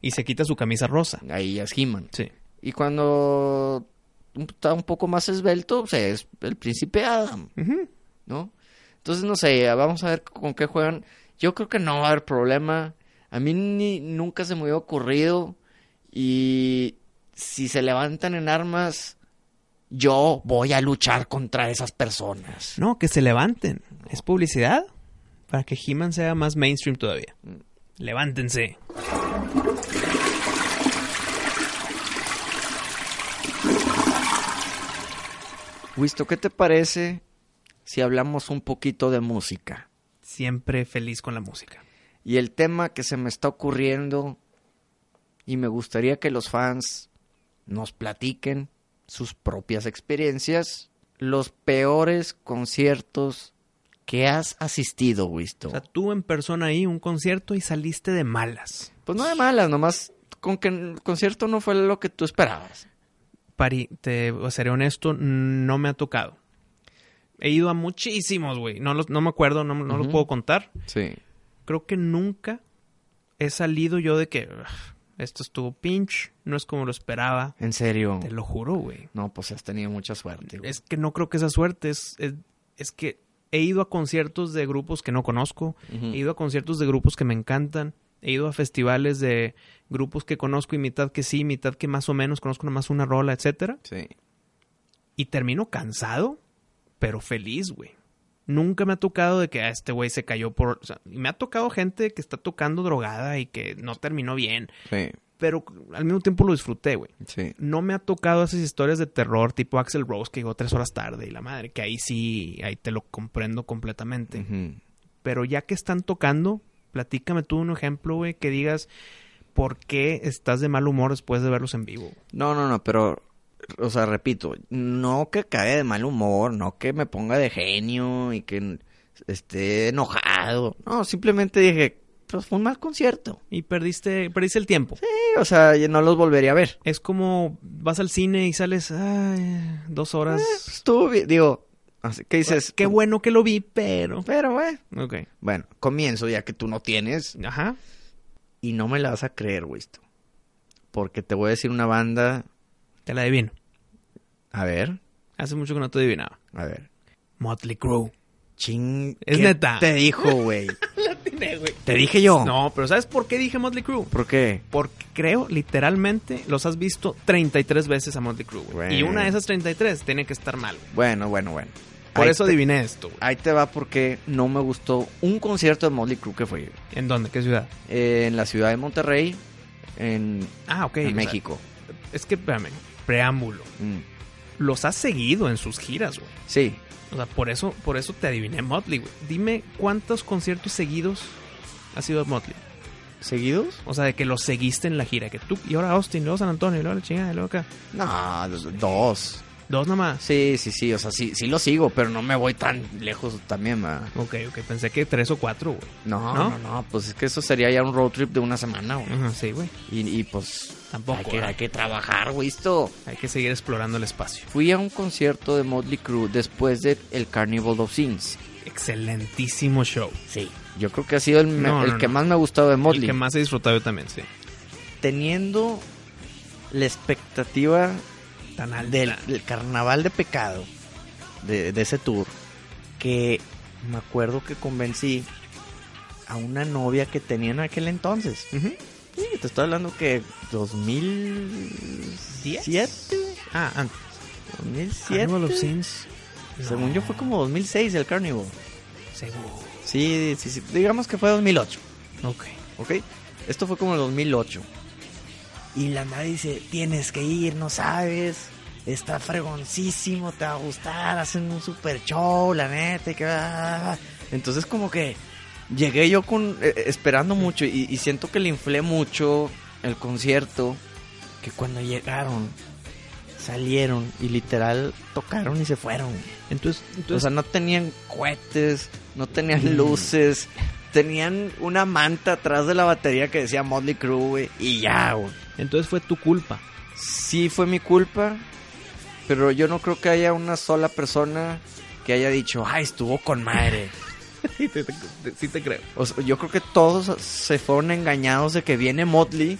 Speaker 2: Y se quita su camisa rosa.
Speaker 4: Ahí ya es He-Man.
Speaker 2: Sí.
Speaker 4: Y cuando un- está un poco más esbelto, pues es el príncipe Adam,
Speaker 2: Ujú.
Speaker 4: ¿no? Entonces, no sé, vamos a ver con qué juegan. Yo creo que no va a haber problema. A mí ni, nunca se me había ocurrido. Y si se levantan en armas, yo voy a luchar contra esas personas.
Speaker 2: No, que se levanten. Es publicidad para que He-Man sea más mainstream todavía.
Speaker 4: Mm.
Speaker 2: Levántense.
Speaker 4: Wisto, ¿qué te parece si hablamos un poquito de música?
Speaker 2: Siempre feliz con la música.
Speaker 4: Y el tema que se me está ocurriendo y me gustaría que los fans nos platiquen sus propias experiencias, los peores conciertos que has asistido, Wisto.
Speaker 2: O sea, tú en persona ahí, un concierto y saliste de malas.
Speaker 4: pues no de malas, nomás con que el concierto no fue lo que tú esperabas.
Speaker 2: Pari, te seré honesto, no me ha tocado. He ido a muchísimos, güey. No, los- no me acuerdo, no, no los
Speaker 4: Ujú.
Speaker 2: puedo contar.
Speaker 4: Sí.
Speaker 2: Creo que nunca he salido yo de que "Ugh, esto estuvo pinch, no es como lo esperaba.
Speaker 4: En serio.
Speaker 2: Te lo juro, güey.
Speaker 4: No, pues has tenido mucha suerte. güey.
Speaker 2: Es que no creo que esa suerte. Es, es, es que he ido a conciertos de grupos que no conozco.
Speaker 4: Ujú.
Speaker 2: He ido a conciertos de grupos que me encantan. He ido a festivales de grupos que conozco y mitad que sí, mitad que más o menos conozco nomás una rola, etcétera.
Speaker 4: Sí.
Speaker 2: Y termino cansado, pero feliz, güey. Nunca me ha tocado de que "Ah, este güey se cayó por... o sea, y me ha tocado gente que está tocando drogada y que no terminó bien.
Speaker 4: Sí.
Speaker 2: Pero al mismo tiempo lo disfruté, güey.
Speaker 4: Sí.
Speaker 2: No me ha tocado esas historias de terror tipo Axel Rose que llegó tres horas tarde y la madre, que ahí sí, ahí te lo comprendo completamente.
Speaker 4: Ujú.
Speaker 2: Pero ya que están tocando, platícame tú un ejemplo, güey, que digas por qué estás de mal humor después de verlos en vivo.
Speaker 4: No, no, no, pero, o sea, repito, no que caiga de mal humor, no que me ponga de genio y que esté enojado. No, simplemente dije, pues fue un mal concierto.
Speaker 2: Y perdiste, perdiste el tiempo.
Speaker 4: Sí, o sea, yo no los volvería a ver.
Speaker 2: Es como vas al cine y sales ay, dos horas.
Speaker 4: Estuvo bien, digo, así que dices,
Speaker 2: Pues, Qué bueno que lo vi, pero.
Speaker 4: pero güey.
Speaker 2: "Mm". Ok.
Speaker 4: Bueno, comienzo ya que tú no tienes
Speaker 2: Ajá.
Speaker 4: y no me la vas a creer, güey, esto. Porque te voy a decir una banda,
Speaker 2: Te la adivino.
Speaker 4: a ver,
Speaker 2: Hace mucho que no te adivinaba.
Speaker 4: a ver.
Speaker 2: Motley Crue.
Speaker 4: Ching,
Speaker 2: Es
Speaker 4: ¿qué
Speaker 2: neta.
Speaker 4: Te dijo, güey. Te dije yo.
Speaker 2: No, pero ¿sabes por qué dije Motley Crue?
Speaker 4: ¿Por qué?
Speaker 2: Porque creo, literalmente, los has visto 33 veces a Motley Crue. güey.
Speaker 4: Güey.
Speaker 2: Y una de esas 33 tiene que estar mal. güey.
Speaker 4: Bueno, bueno, bueno.
Speaker 2: Por
Speaker 4: Ahí
Speaker 2: eso
Speaker 4: te-
Speaker 2: adiviné esto. güey.
Speaker 4: Ahí te va porque no me gustó un concierto de Motley Crue que fue
Speaker 2: ¿En dónde? ¿Qué ciudad?
Speaker 4: eh, en la ciudad de Monterrey, en,
Speaker 2: Ah, ok.
Speaker 4: en
Speaker 2: o sea,
Speaker 4: México.
Speaker 2: es que, espérame. Preámbulo.
Speaker 4: Mm.
Speaker 2: Los has seguido en sus giras, güey.
Speaker 4: Sí,
Speaker 2: O sea, por eso, por eso te adiviné Motley, güey. Dime cuántos conciertos seguidos ha sido Motley.
Speaker 4: seguidos.
Speaker 2: O sea, de que los seguiste en la gira. Que tú, y ahora Austin, y luego San Antonio, y luego la chingada, y luego acá.
Speaker 4: No, los- dos.
Speaker 2: Dos nomás.
Speaker 4: Sí, sí, sí. O sea, sí, sí lo sigo, pero no me voy tan lejos también, ma.
Speaker 2: Ok, ok. Pensé que tres o cuatro, güey.
Speaker 4: No,
Speaker 2: ¿No?
Speaker 4: no, no, Pues es que eso sería ya un road trip de una semana, güey.
Speaker 2: Ajá, sí, güey.
Speaker 4: Y, y, pues
Speaker 2: Tampoco.
Speaker 4: hay que,
Speaker 2: ¿verdad?
Speaker 4: hay que trabajar, güey. Esto.
Speaker 2: Hay que seguir explorando el espacio.
Speaker 4: Fui a un concierto de Motley Crue después de el Carnival of Sins.
Speaker 2: Excelentísimo show.
Speaker 4: Sí. Yo creo que ha sido el, me-
Speaker 2: No,
Speaker 4: el
Speaker 2: no,
Speaker 4: que
Speaker 2: no.
Speaker 4: más me ha gustado de Motley.
Speaker 2: El que más he disfrutado yo también, sí.
Speaker 4: teniendo la expectativa
Speaker 2: Tan alta.
Speaker 4: del, del carnaval de pecado, de, de ese tour, que me acuerdo que convencí a una novia que tenía en aquel entonces.
Speaker 2: Ujú.
Speaker 4: Sí, te estoy hablando que 2007,
Speaker 2: Ah, antes.
Speaker 4: 2007.
Speaker 2: Carnival of Sins.
Speaker 4: Según yo fue como 2006 el carnival.
Speaker 2: Seguro.
Speaker 4: Sí, sí, sí, digamos que fue 2008.
Speaker 2: Ok.
Speaker 4: ¿ok? Esto fue como en el 2008. Y la madre dice, tienes que ir, no sabes, está fregoncísimo, te va a gustar, hacen un super show, la neta, y que... va". Entonces como que llegué yo con eh, eh, esperando mucho y, y siento que le inflé mucho el concierto, que cuando llegaron, salieron y literal tocaron y se fueron.
Speaker 2: Entonces,
Speaker 4: O sea, no tenían cohetes, no tenían luces, tenían una manta atrás de la batería que decía Motley Crue, güey, y ya, güey.
Speaker 2: entonces fue tu culpa.
Speaker 4: Sí fue mi culpa, pero yo no creo que haya una sola persona que haya dicho, ay, estuvo con madre.
Speaker 2: sí, te, te- sí te creo.
Speaker 4: O sea, yo creo que todos se fueron engañados de que viene Motley,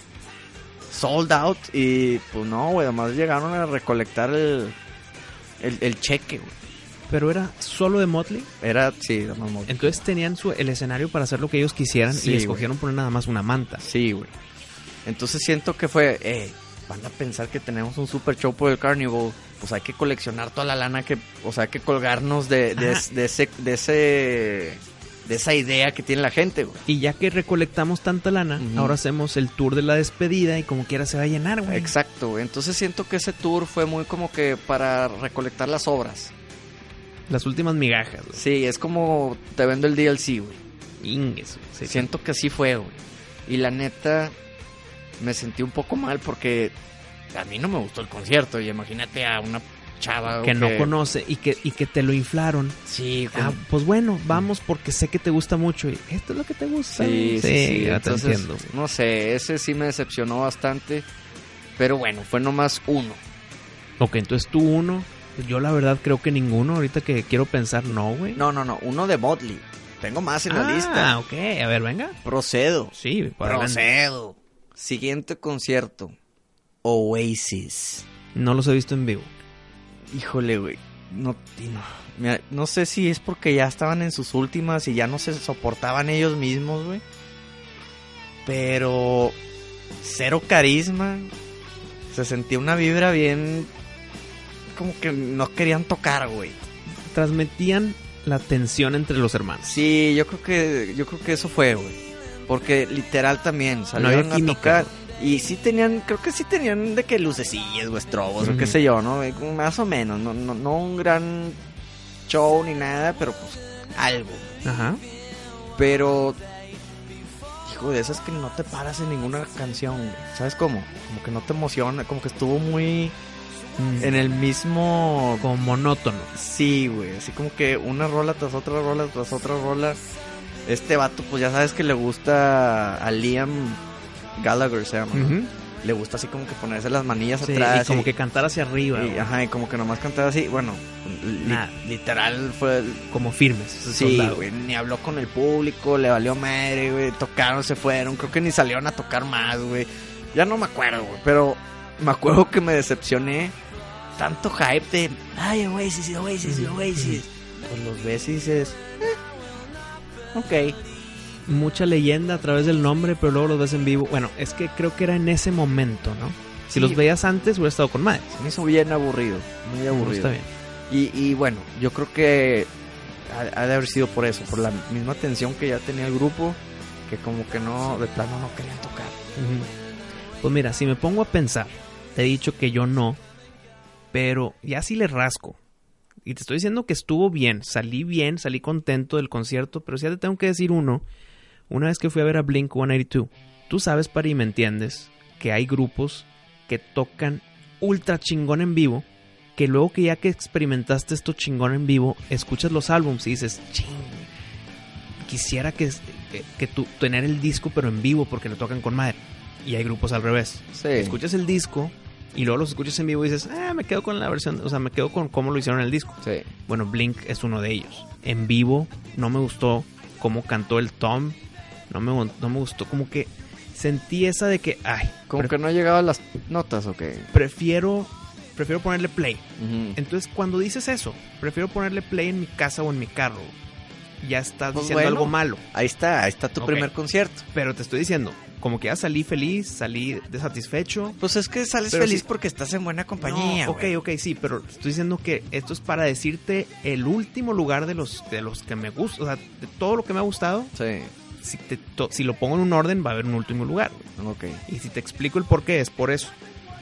Speaker 4: sold out, y pues no, güey, además llegaron a recolectar el, el, el cheque, güey.
Speaker 2: Pero era solo de Motley.
Speaker 4: Era, sí, nada más Motley.
Speaker 2: Entonces tenían su, el escenario para hacer lo que ellos quisieran
Speaker 4: Sí,
Speaker 2: y escogieron poner nada más una manta.
Speaker 4: Sí, güey. Entonces siento que fue, eh, van a pensar que tenemos un super show por el Carnival. Pues hay que coleccionar toda la lana que, o sea, hay que colgarnos de, de,
Speaker 2: Ajá.
Speaker 4: es- de ese, de ese, de esa idea que tiene la gente, güey.
Speaker 2: Y ya que recolectamos tanta lana,
Speaker 4: Ujú.
Speaker 2: ahora hacemos el tour de la despedida y como quiera se va a llenar, güey.
Speaker 4: Exacto, güey. Entonces siento que ese tour fue muy como que para recolectar las obras.
Speaker 2: Las últimas migajas, güey.
Speaker 4: Sí, es como te vendo el DLC, güey.
Speaker 2: Ingues, güey. Sí,
Speaker 4: Siento que así fue, güey. Y la neta, me sentí un poco mal porque a mí no me gustó el concierto. Y imagínate a una chava
Speaker 2: que no
Speaker 4: güey,
Speaker 2: conoce y que, y que te lo inflaron.
Speaker 4: Sí,
Speaker 2: Ah,
Speaker 4: con-
Speaker 2: pues bueno, vamos porque sé que te gusta mucho y esto es lo que te gusta.
Speaker 4: sí, sí, sí.
Speaker 2: ya te
Speaker 4: Entonces,
Speaker 2: entiendo.
Speaker 4: no sé, ese sí me decepcionó bastante. Pero bueno, fue nomás uno.
Speaker 2: Ok, entonces tú uno. Yo la verdad creo que ninguno. Ahorita que quiero pensar, no, güey.
Speaker 4: No, no, no, uno de Motley. Tengo más en la
Speaker 2: ah,
Speaker 4: lista.
Speaker 2: ok. A ver, venga.
Speaker 4: Procedo.
Speaker 2: Sí, para adelante.
Speaker 4: Procedo. Siguiente concierto. Oasis.
Speaker 2: No los he visto en vivo.
Speaker 4: Híjole, güey. No, y no. Mira, no sé si es porque ya estaban en sus últimas y ya no se soportaban ellos mismos, güey. Pero cero carisma. Se sentía una vibra bien como que no querían tocar, güey.
Speaker 2: Transmitían la tensión entre los hermanos.
Speaker 4: Sí, yo creo que yo creo que eso fue, güey. Porque literal también salieron a
Speaker 2: química,
Speaker 4: tocar Y sí tenían, creo que sí tenían de que lucecillas o estrobos o qué
Speaker 2: Ujú.
Speaker 4: sé yo, ¿no? Eh, Más o menos, no, no, no un gran show ni nada, pero pues algo.
Speaker 2: Ajá.
Speaker 4: Pero, hijo, de esas que no te paras en ninguna canción, güey. ¿sabes cómo? Como que no te emociona, como que estuvo muy
Speaker 2: Mm.
Speaker 4: en el mismo...
Speaker 2: Como monótono.
Speaker 4: Sí, güey, así como que una rola tras otra rola tras otra rola. Este vato, pues ya sabes que le gusta a Liam Gallagher, se llama. ¿no?
Speaker 2: Ujú.
Speaker 4: Le gusta así como que ponerse las manillas
Speaker 2: Sí,
Speaker 4: atrás.
Speaker 2: y como que cantar hacia arriba.
Speaker 4: y-
Speaker 2: güey.
Speaker 4: ajá, y como que nomás cantaba así, bueno, li-
Speaker 2: Nada.
Speaker 4: literal fue el-
Speaker 2: Como firmes.
Speaker 4: Sí,
Speaker 2: soldado.
Speaker 4: güey, ni habló con el público, le valió madre, güey, tocaron, se fueron, creo que ni salieron a tocar más, güey. Ya no me acuerdo, güey, pero me acuerdo que me decepcioné. Tanto hype de, ay, Oasis, Oasis, Oasis. Pues los ves y dices, eh, ok.
Speaker 2: Mucha leyenda a través del nombre, pero luego los ves en vivo. Bueno, es que creo que era en ese momento, ¿no? Si
Speaker 4: Sí.
Speaker 2: los veías antes, hubiera estado con madres.
Speaker 4: Se me hizo bien aburrido, muy aburrido.
Speaker 2: Está bien.
Speaker 4: Y, y bueno, yo creo que ha, ha de haber sido por eso, por la misma tensión que ya tenía el grupo, que como que no, de plano no querían tocar.
Speaker 2: Ujú. Pues mira, si me pongo a pensar, te he dicho que yo no, pero ya sí le rasco. Y te estoy diciendo que estuvo bien, salí bien, salí contento del concierto, pero si ya te tengo que decir uno, una vez que fui a ver a Blink 182, tú sabes, Pari, me entiendes, que hay grupos que tocan ultra chingón en vivo, que luego que ya que experimentaste esto chingón en vivo, escuchas los álbums y dices, ching, quisiera que, que, que tú tener el disco pero en vivo porque lo tocan con madre. Y hay grupos al revés.
Speaker 4: Sí.
Speaker 2: Escuchas el disco y luego los escuchas en vivo y dices, ah, me quedo con la versión, o sea, me quedo con cómo lo hicieron en el disco.
Speaker 4: Sí.
Speaker 2: Bueno, Blink es uno de ellos. En vivo no me gustó cómo cantó el Tom, no me, gu- no me gustó, como que sentí esa de que, ay,
Speaker 4: Como
Speaker 2: pre-
Speaker 4: que no llegaba a las notas, ¿o qué?
Speaker 2: prefiero, prefiero ponerle play. Entonces, cuando dices eso, prefiero ponerle play en mi casa o en mi carro. Ya estás
Speaker 4: Pues
Speaker 2: diciendo
Speaker 4: bueno.
Speaker 2: algo malo.
Speaker 4: Ahí está, ahí está tu
Speaker 2: Ok.
Speaker 4: primer concierto.
Speaker 2: Pero te estoy diciendo, como que ya salí feliz, salí de satisfecho.
Speaker 4: Pues es que sales
Speaker 2: Pero
Speaker 4: feliz
Speaker 2: sí.
Speaker 4: porque estás en buena compañía.
Speaker 2: No, ok,
Speaker 4: güey.
Speaker 2: ok, sí, pero estoy diciendo que esto es para decirte el último lugar de los, de los que me gusta. O sea, de todo lo que me ha gustado,
Speaker 4: Sí,
Speaker 2: si, te to- si lo pongo en un orden, va a haber un último lugar.
Speaker 4: ok.
Speaker 2: Y si te explico el por qué, es por eso.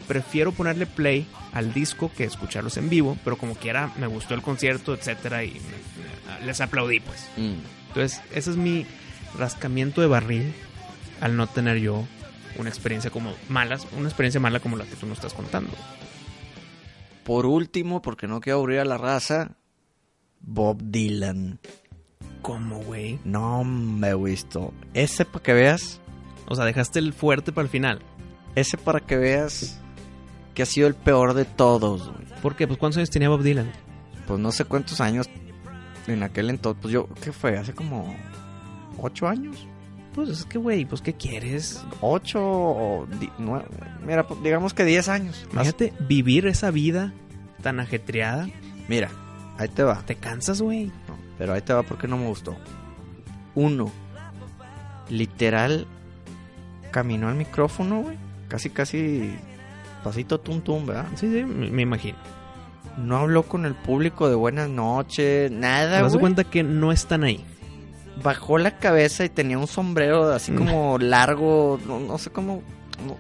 Speaker 2: Prefiero ponerle play al disco que escucharlos en vivo, pero como quiera, me gustó el concierto, etcétera, y me- me- les aplaudí, pues.
Speaker 4: Mm.
Speaker 2: Entonces, ese es mi rascamiento de barril al no tener yo una experiencia como malas, una experiencia mala como la que tú nos estás contando.
Speaker 4: Por último, porque no quiero aburrir a la raza, Bob Dylan.
Speaker 2: ¿Cómo, güey?
Speaker 4: No me he visto. Ese para que veas,
Speaker 2: O sea, dejaste el fuerte para el final.
Speaker 4: ese para que veas que ha sido el peor de todos, güey.
Speaker 2: ¿Por qué? Pues ¿cuántos años tenía Bob Dylan?
Speaker 4: Pues no sé cuántos años en aquel entonces. Pues yo, ¿qué fue? ¿Hace como ocho años?
Speaker 2: Pues es que, güey, pues ¿qué quieres?
Speaker 4: ¿Ocho o di- nueve? Mira, pues, digamos que diez años. Más-
Speaker 2: Imagínate vivir esa vida tan ajetreada.
Speaker 4: Mira, ahí te va.
Speaker 2: ¿Te cansas, güey?
Speaker 4: No, pero ahí te va porque no me gustó. Uno, literal, caminó al micrófono, güey. Casi, casi, pasito tum tum, ¿verdad?
Speaker 2: Sí, sí, me, me imagino.
Speaker 4: Ah, No habló con el público de buenas noches,
Speaker 2: Te
Speaker 4: nada,
Speaker 2: das
Speaker 4: güey.
Speaker 2: cuenta que no están ahí.
Speaker 4: Bajó la cabeza y tenía un sombrero así
Speaker 2: Mm.
Speaker 4: como largo, no, no sé cómo... no-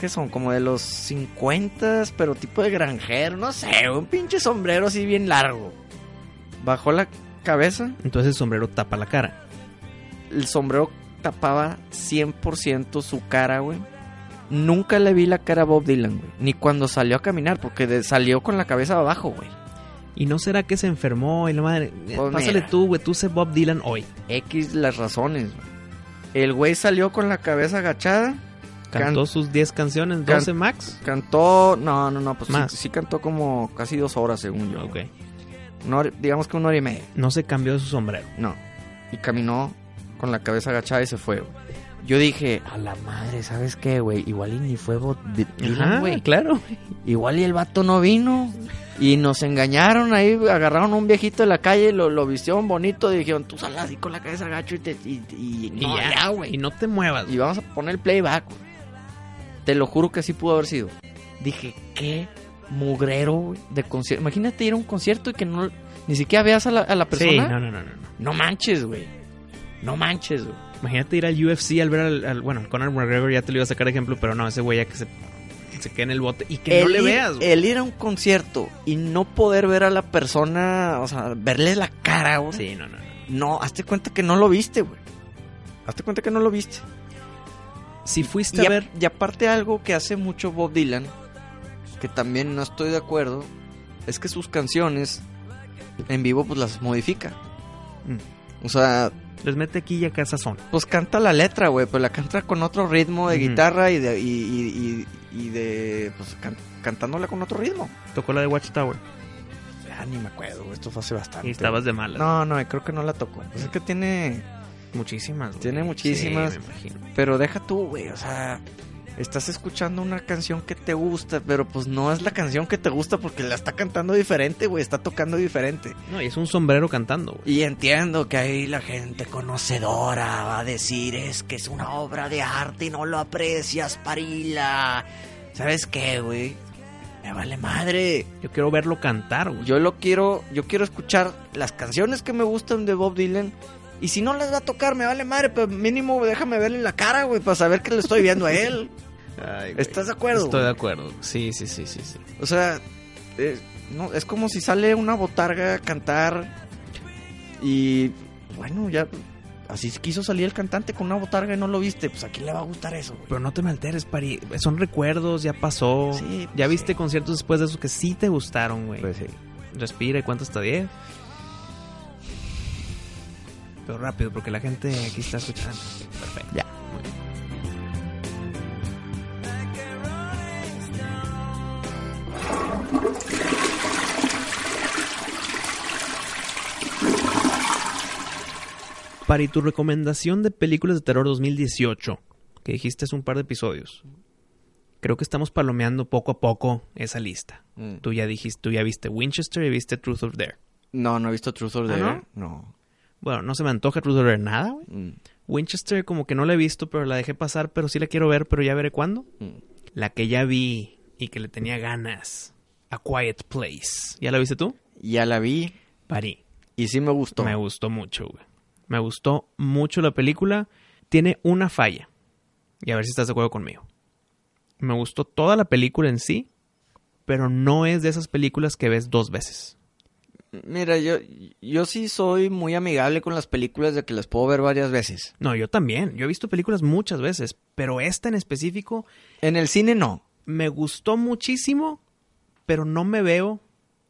Speaker 4: ¿Qué son? Como de los 50, pero tipo de granjero, no sé, un pinche sombrero así bien largo. Bajó la cabeza
Speaker 2: Entonces el sombrero tapa la cara.
Speaker 4: el sombrero tapaba 100% su cara, güey. Nunca le vi la cara a Bob Dylan, güey. Ni cuando salió a caminar, porque de- salió con la cabeza abajo, güey.
Speaker 2: ¿Y no será que se enfermó y la madre? Eh,
Speaker 4: Pues
Speaker 2: Pásale
Speaker 4: mira.
Speaker 2: tú, güey, tú sé Bob Dylan hoy.
Speaker 4: X las razones, güey. El güey salió con la cabeza agachada,
Speaker 2: Cantó
Speaker 4: Can-
Speaker 2: sus 10 canciones,
Speaker 4: Can-
Speaker 2: 12 max.
Speaker 4: cantó... No, no, no, pues sí-
Speaker 2: Más.
Speaker 4: Sí, cantó como casi dos horas, según yo.
Speaker 2: Ok.
Speaker 4: Una hora- digamos que una hora y media.
Speaker 2: No se cambió de su sombrero.
Speaker 4: No. Y caminó con la cabeza agachada y se fue, güey. Yo dije, a la madre, ¿sabes qué, güey? Igual y ni fue Bob Dy- Dylan, güey.
Speaker 2: claro.
Speaker 4: Igual y el vato no vino. Y nos engañaron ahí, agarraron a un viejito de la calle, lo, lo vistieron bonito y dijeron, tú sal así con la cabeza gacho y te... Y, y-
Speaker 2: Y
Speaker 4: no,
Speaker 2: ya,
Speaker 4: ya,
Speaker 2: güey. Y
Speaker 4: güey.
Speaker 2: no te muevas.
Speaker 4: Y vamos a poner el playback. güey. Te lo juro que así pudo haber sido. Dije, qué mugrero güey, de concierto. Imagínate ir a un concierto y que no ni siquiera veas a la, a la persona.
Speaker 2: Sí, no, no, no, no. no.
Speaker 4: No manches, güey. No manches, güey.
Speaker 2: Imagínate ir al UFC al ver al, al- bueno, Conor McGregor ya te lo iba a sacar de ejemplo, pero no, ese güey ya que se, se quede en el bote y que no le
Speaker 4: ir,
Speaker 2: veas. güey.
Speaker 4: el ir a un concierto y no poder ver a la persona, o sea, verle la cara, güey.
Speaker 2: Sí, no, no, no.
Speaker 4: No, hazte cuenta que no lo viste, güey. Hazte cuenta que no lo viste.
Speaker 2: Si fuiste
Speaker 4: Y,
Speaker 2: a
Speaker 4: a-
Speaker 2: ver
Speaker 4: y aparte algo que hace mucho Bob Dylan, que también no estoy de acuerdo, es que sus canciones en vivo pues las modifica. O sea,
Speaker 2: les mete aquí y acá sazón.
Speaker 4: pues canta la letra, güey, pero la canta con otro ritmo de
Speaker 2: Ujú.
Speaker 4: guitarra y de, y, y- y- y de pues can- cantándola con otro ritmo.
Speaker 2: Tocó la de Watchtower
Speaker 4: Ah, ni me acuerdo, güey, esto fue hace bastante.
Speaker 2: y estabas de malas.
Speaker 4: No, no, creo que no la tocó. Pues es que tiene...
Speaker 2: Muchísimas. güey.
Speaker 4: Tiene muchísimas.
Speaker 2: Sí, me imagino.
Speaker 4: Pero deja tú, güey, o sea, estás escuchando una canción que te gusta, pero pues no es la canción que te gusta porque la está cantando diferente, güey, está tocando diferente.
Speaker 2: No, y es un sombrero cantando, güey.
Speaker 4: Y entiendo que ahí la gente conocedora va a decir, es que es una obra de arte y no lo aprecias, Parila. ¿Sabes qué, güey? Me vale madre.
Speaker 2: Yo quiero verlo cantar, güey.
Speaker 4: Yo lo quiero, yo quiero escuchar las canciones que me gustan de Bob Dylan. Y si no las va a tocar, me vale madre, pero mínimo déjame verle la cara, güey, para saber que le estoy viendo a él.
Speaker 2: Ay, güey.
Speaker 4: ¿Estás de acuerdo?
Speaker 2: Estoy de acuerdo. Sí, sí, sí, sí, sí.
Speaker 4: O sea, eh, no, es como si sale una botarga a cantar y bueno, ya así quiso salir el cantante con una botarga y no lo viste, pues a quién le va a gustar eso, güey?
Speaker 2: Pero no te me alteres, Pari. Son recuerdos, ya pasó.
Speaker 4: Sí,
Speaker 2: ya
Speaker 4: pues,
Speaker 2: viste
Speaker 4: sí.
Speaker 2: conciertos después de esos que sí te gustaron, güey. Respira y cuenta hasta 10. Pero rápido, porque la gente aquí está escuchando. Perfecto. Ya. Para y tu recomendación de películas de terror 2018, que dijiste hace un par de episodios, creo que estamos palomeando poco a poco esa lista.
Speaker 4: Mm.
Speaker 2: Tú ya dijiste, tú ya viste Winchester y viste Truth or Dare.
Speaker 4: No, no he visto Truth or
Speaker 2: ¿Ah,
Speaker 4: Dare. no.
Speaker 2: Bueno, no se me antoja Truth or Dare nada, güey.
Speaker 4: Mm,
Speaker 2: Winchester como que no la he visto, pero la dejé pasar, pero sí la quiero ver, pero ya veré cuándo.
Speaker 4: mm.
Speaker 2: La que ya vi y que le tenía ganas. A Quiet Place. ¿Ya la viste tú?
Speaker 4: Ya la vi
Speaker 2: Parí.
Speaker 4: y sí me gustó.
Speaker 2: Me gustó mucho, güey. Me gustó mucho la película. Tiene una falla. Y a ver si estás de acuerdo conmigo. Me gustó toda la película en sí, pero no es de esas películas que ves dos veces.
Speaker 4: Mira, yo, yo sí soy muy amigable con las películas de que las puedo ver varias veces.
Speaker 2: No, yo también. Yo he visto películas muchas veces, pero esta en específico
Speaker 4: En el cine no.
Speaker 2: me gustó muchísimo, pero no me veo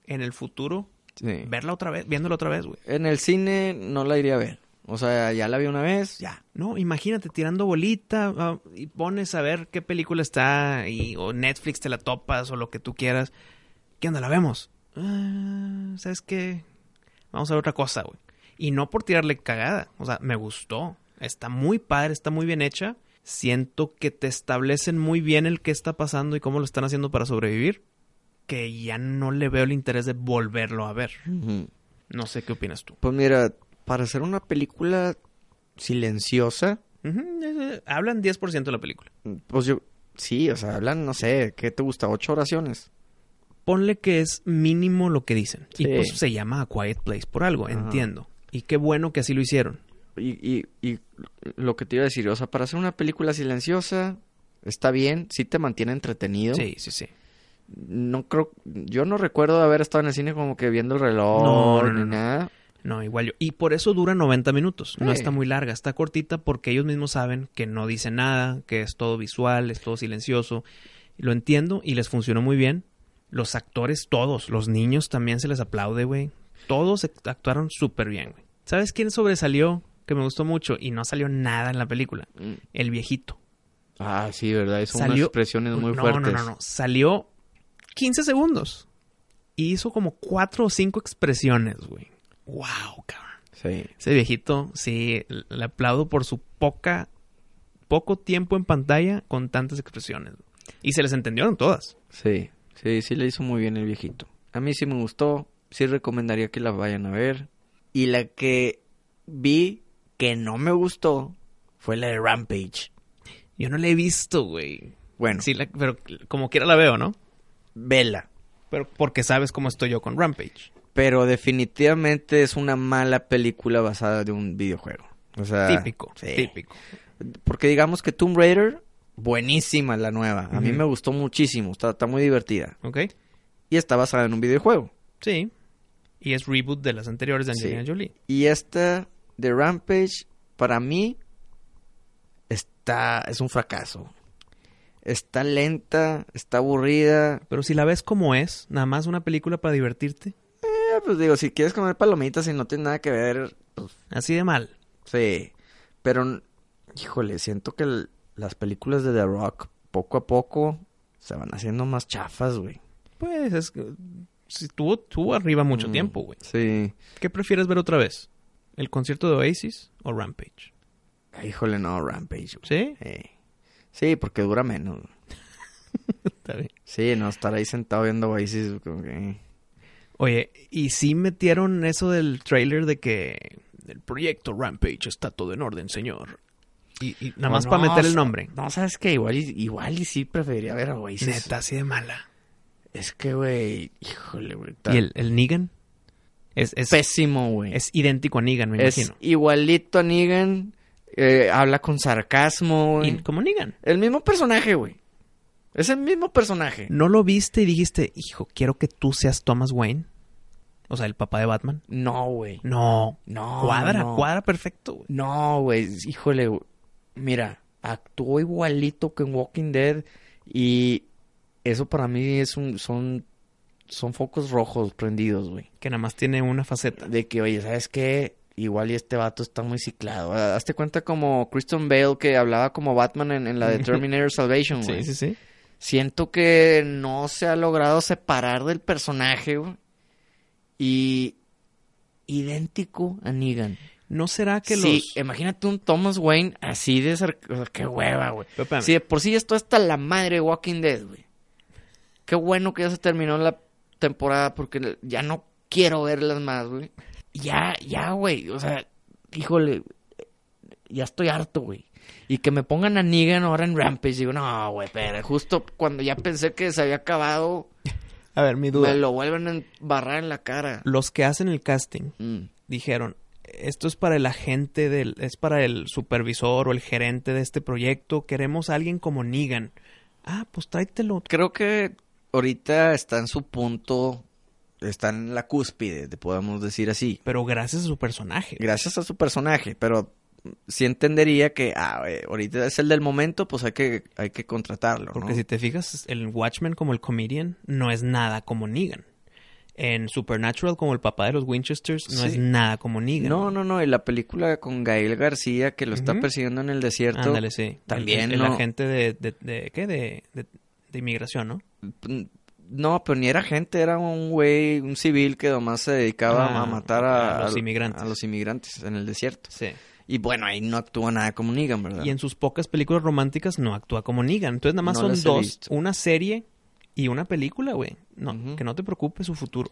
Speaker 2: en el futuro
Speaker 4: Sí.
Speaker 2: verla otra vez, viéndola otra vez, güey.
Speaker 4: En el cine no la iría a ver. O sea, ya la vi una vez, ya.
Speaker 2: No, imagínate tirando bolita ah, y pones a ver qué película está y, o Netflix te la topas o lo que tú quieras. ¿Qué onda? ¿La vemos? Ah, ¿Sabes qué? Vamos a ver otra cosa, güey. Y no por tirarle cagada. O sea, me gustó. Está muy padre, está muy bien hecha. Siento que te establecen muy bien el qué está pasando y cómo lo están haciendo para sobrevivir. Que ya no le veo el interés de volverlo a ver.
Speaker 4: Ujú.
Speaker 2: No sé qué opinas tú.
Speaker 4: Pues mira, para hacer una película silenciosa,
Speaker 2: Ujú, eh, eh, Hablan 10% de la película.
Speaker 4: pues yo, sí, o sea, hablan, no sé, ¿qué te gusta? ¿Ocho oraciones?
Speaker 2: ponle que es mínimo lo que dicen.
Speaker 4: Sí.
Speaker 2: Y pues se llama A Quiet Place por algo,
Speaker 4: Ajá.
Speaker 2: entiendo. Y qué bueno que así lo hicieron.
Speaker 4: Y, y, y lo que te iba a decir, o sea, para hacer una película silenciosa, está bien, sí te mantiene entretenido.
Speaker 2: Sí, sí, sí.
Speaker 4: No creo, yo no recuerdo haber estado en el cine como que viendo el reloj
Speaker 2: No, no,
Speaker 4: ni
Speaker 2: no, no.
Speaker 4: nada.
Speaker 2: No, igual yo. Y por eso dura 90 minutos. No
Speaker 4: Sí.
Speaker 2: está muy larga, está cortita porque ellos mismos saben que no dice nada, que es todo visual, es todo silencioso. Lo entiendo y les funcionó muy bien. Los actores, todos, los niños también se les aplaude, güey. Todos act- actuaron súper bien, güey. ¿Sabes quién sobresalió? Que me gustó mucho y no salió nada en la película.
Speaker 4: Mm.
Speaker 2: El viejito.
Speaker 4: Ah, sí, verdad, son unas
Speaker 2: Salió-
Speaker 4: expresiones muy
Speaker 2: no,
Speaker 4: fuertes.
Speaker 2: No, no, no. Salió 15 segundos. Y hizo como cuatro o cinco expresiones, güey. Wow, cabrón.
Speaker 4: Sí.
Speaker 2: Ese viejito, sí, le aplaudo por su poca, poco tiempo en pantalla con tantas expresiones. Y se les entendieron todas.
Speaker 4: Sí, sí, sí le hizo muy bien el viejito. A mí sí me gustó, sí recomendaría que la vayan a ver. Y la que vi que no me gustó fue la de Rampage.
Speaker 2: Yo no la he visto, güey.
Speaker 4: Bueno,
Speaker 2: Sí, la- pero como quiera la veo, ¿no?
Speaker 4: vela.
Speaker 2: Pero porque sabes cómo estoy yo con Rampage.
Speaker 4: Pero definitivamente es una mala película basada de un videojuego. O sea,
Speaker 2: típico,
Speaker 4: Ah, sí.
Speaker 2: típico.
Speaker 4: Porque digamos que Tomb Raider, buenísima la nueva. A mí
Speaker 2: Ujú.
Speaker 4: me gustó muchísimo, está, está muy divertida.
Speaker 2: ¿Ok?
Speaker 4: Y está basada en un videojuego.
Speaker 2: Sí. Y es reboot de las anteriores de Angelina
Speaker 4: Sí.
Speaker 2: Jolie.
Speaker 4: Y esta de Rampage, para mí, está, es un fracaso. Está lenta, está aburrida.
Speaker 2: Pero si la ves como es, nada más una película para divertirte,
Speaker 4: Eh, pues digo, si quieres comer palomitas y no tiene nada que ver,
Speaker 2: así de mal.
Speaker 4: sí. Pero, n- híjole, siento que l- las películas de The Rock poco a poco se van haciendo más chafas, güey.
Speaker 2: Pues es que si tuvo, tuvo arriba mucho
Speaker 4: Mm,
Speaker 2: tiempo, güey.
Speaker 4: Sí.
Speaker 2: ¿Qué prefieres ver otra vez? ¿El concierto de Oasis o Rampage?
Speaker 4: Ah, Híjole, no, Rampage. güey.
Speaker 2: ¿Sí?
Speaker 4: Eh, Sí, porque dura menos. güey.
Speaker 2: Está bien.
Speaker 4: Sí, no, estar ahí sentado viendo Oasis, como que... eh.
Speaker 2: Oye, ¿y si metieron eso del trailer de que el proyecto Rampage está todo en orden, señor? Y, y nada
Speaker 4: O
Speaker 2: más
Speaker 4: Oh, no,
Speaker 2: para meter
Speaker 4: sa-
Speaker 2: el nombre.
Speaker 4: No, sabes que igual, y- igual y sí preferiría ver a Oasis.
Speaker 2: Neta, así de mala.
Speaker 4: Es que, güey, híjole, güey. está
Speaker 2: ¿Y el, el Negan? Es, es,
Speaker 4: pésimo, güey.
Speaker 2: es idéntico a Negan, me
Speaker 4: Es
Speaker 2: imagino.
Speaker 4: igualito a Negan. eh, habla con sarcasmo, güey.
Speaker 2: Y como Negan.
Speaker 4: El mismo personaje, güey. Es el mismo personaje.
Speaker 2: ¿No lo viste y dijiste, hijo, quiero que tú seas Thomas Wayne? O sea, el papá de Batman.
Speaker 4: No, güey.
Speaker 2: No.
Speaker 4: No.
Speaker 2: cuadra,
Speaker 4: no.
Speaker 2: cuadra perfecto, güey.
Speaker 4: No, güey. Híjole, güey. Mira, actuó igualito que en Walking Dead. Y eso para mí es un, son, son focos rojos prendidos, güey.
Speaker 2: Que nada más tiene una faceta.
Speaker 4: De que, oye, ¿sabes qué? Igual y este vato está muy ciclado. Ah, Hazte cuenta como Christian Bale que hablaba como Batman en, en la de Terminator Salvation, güey.
Speaker 2: Sí, sí, sí.
Speaker 4: Siento que no se ha logrado separar del personaje, güey. Y idéntico a Negan.
Speaker 2: ¿No será que
Speaker 4: sí,
Speaker 2: los...
Speaker 4: imagínate un Thomas Wayne así de ser... o sea, qué hueva, güey.
Speaker 2: Pero espérame.
Speaker 4: Sí, de por sí esto está la madre de Walking Dead, güey. Qué bueno que ya se terminó la temporada porque ya no quiero verlas más, güey. Ya, ya, güey. O sea, híjole, ya estoy harto, güey. Y que me pongan a Negan ahora en Rampage. Digo, no, güey, pero justo cuando ya pensé que se había acabado,
Speaker 2: A ver, mi
Speaker 4: me
Speaker 2: duda.
Speaker 4: lo vuelven a embarrar en la cara.
Speaker 2: Los que hacen el casting
Speaker 4: Mm.
Speaker 2: dijeron, esto es para el agente del... Es para el supervisor o el gerente de este proyecto. Queremos a alguien como Negan. Ah, pues tráetelo.
Speaker 4: Creo que ahorita está en su punto, está en la cúspide, te podemos decir así.
Speaker 2: Pero gracias a su personaje.
Speaker 4: gracias a su personaje, pero sí entendería que ah, eh, ahorita es el del momento, pues hay que, hay que contratarlo, ¿no?
Speaker 2: Porque si te fijas, el Watchman como el comedian no es nada como Negan. En Supernatural como el papá de los Winchesters no
Speaker 4: Sí.
Speaker 2: es nada como Negan.
Speaker 4: No, no, no, y la película con Gael García que lo está
Speaker 2: Ujú.
Speaker 4: persiguiendo en el desierto.
Speaker 2: Ándale, sí.
Speaker 4: También
Speaker 2: El, el
Speaker 4: no.
Speaker 2: agente de, de, de- ¿qué? De, de- de inmigración, ¿no?
Speaker 4: P- No, pero ni era gente, era un güey, un civil que nomás se dedicaba
Speaker 2: Ah,
Speaker 4: a matar a,
Speaker 2: a los inmigrantes.
Speaker 4: A los inmigrantes en el desierto.
Speaker 2: Sí.
Speaker 4: Y bueno, ahí no actúa nada como Negan, ¿verdad?
Speaker 2: Y en sus pocas películas románticas no actúa como Negan. Entonces nada más
Speaker 4: No
Speaker 2: son
Speaker 4: las he
Speaker 2: dos.
Speaker 4: visto.
Speaker 2: Una serie y una película, güey. No,
Speaker 4: Ujú.
Speaker 2: que no te preocupe su futuro.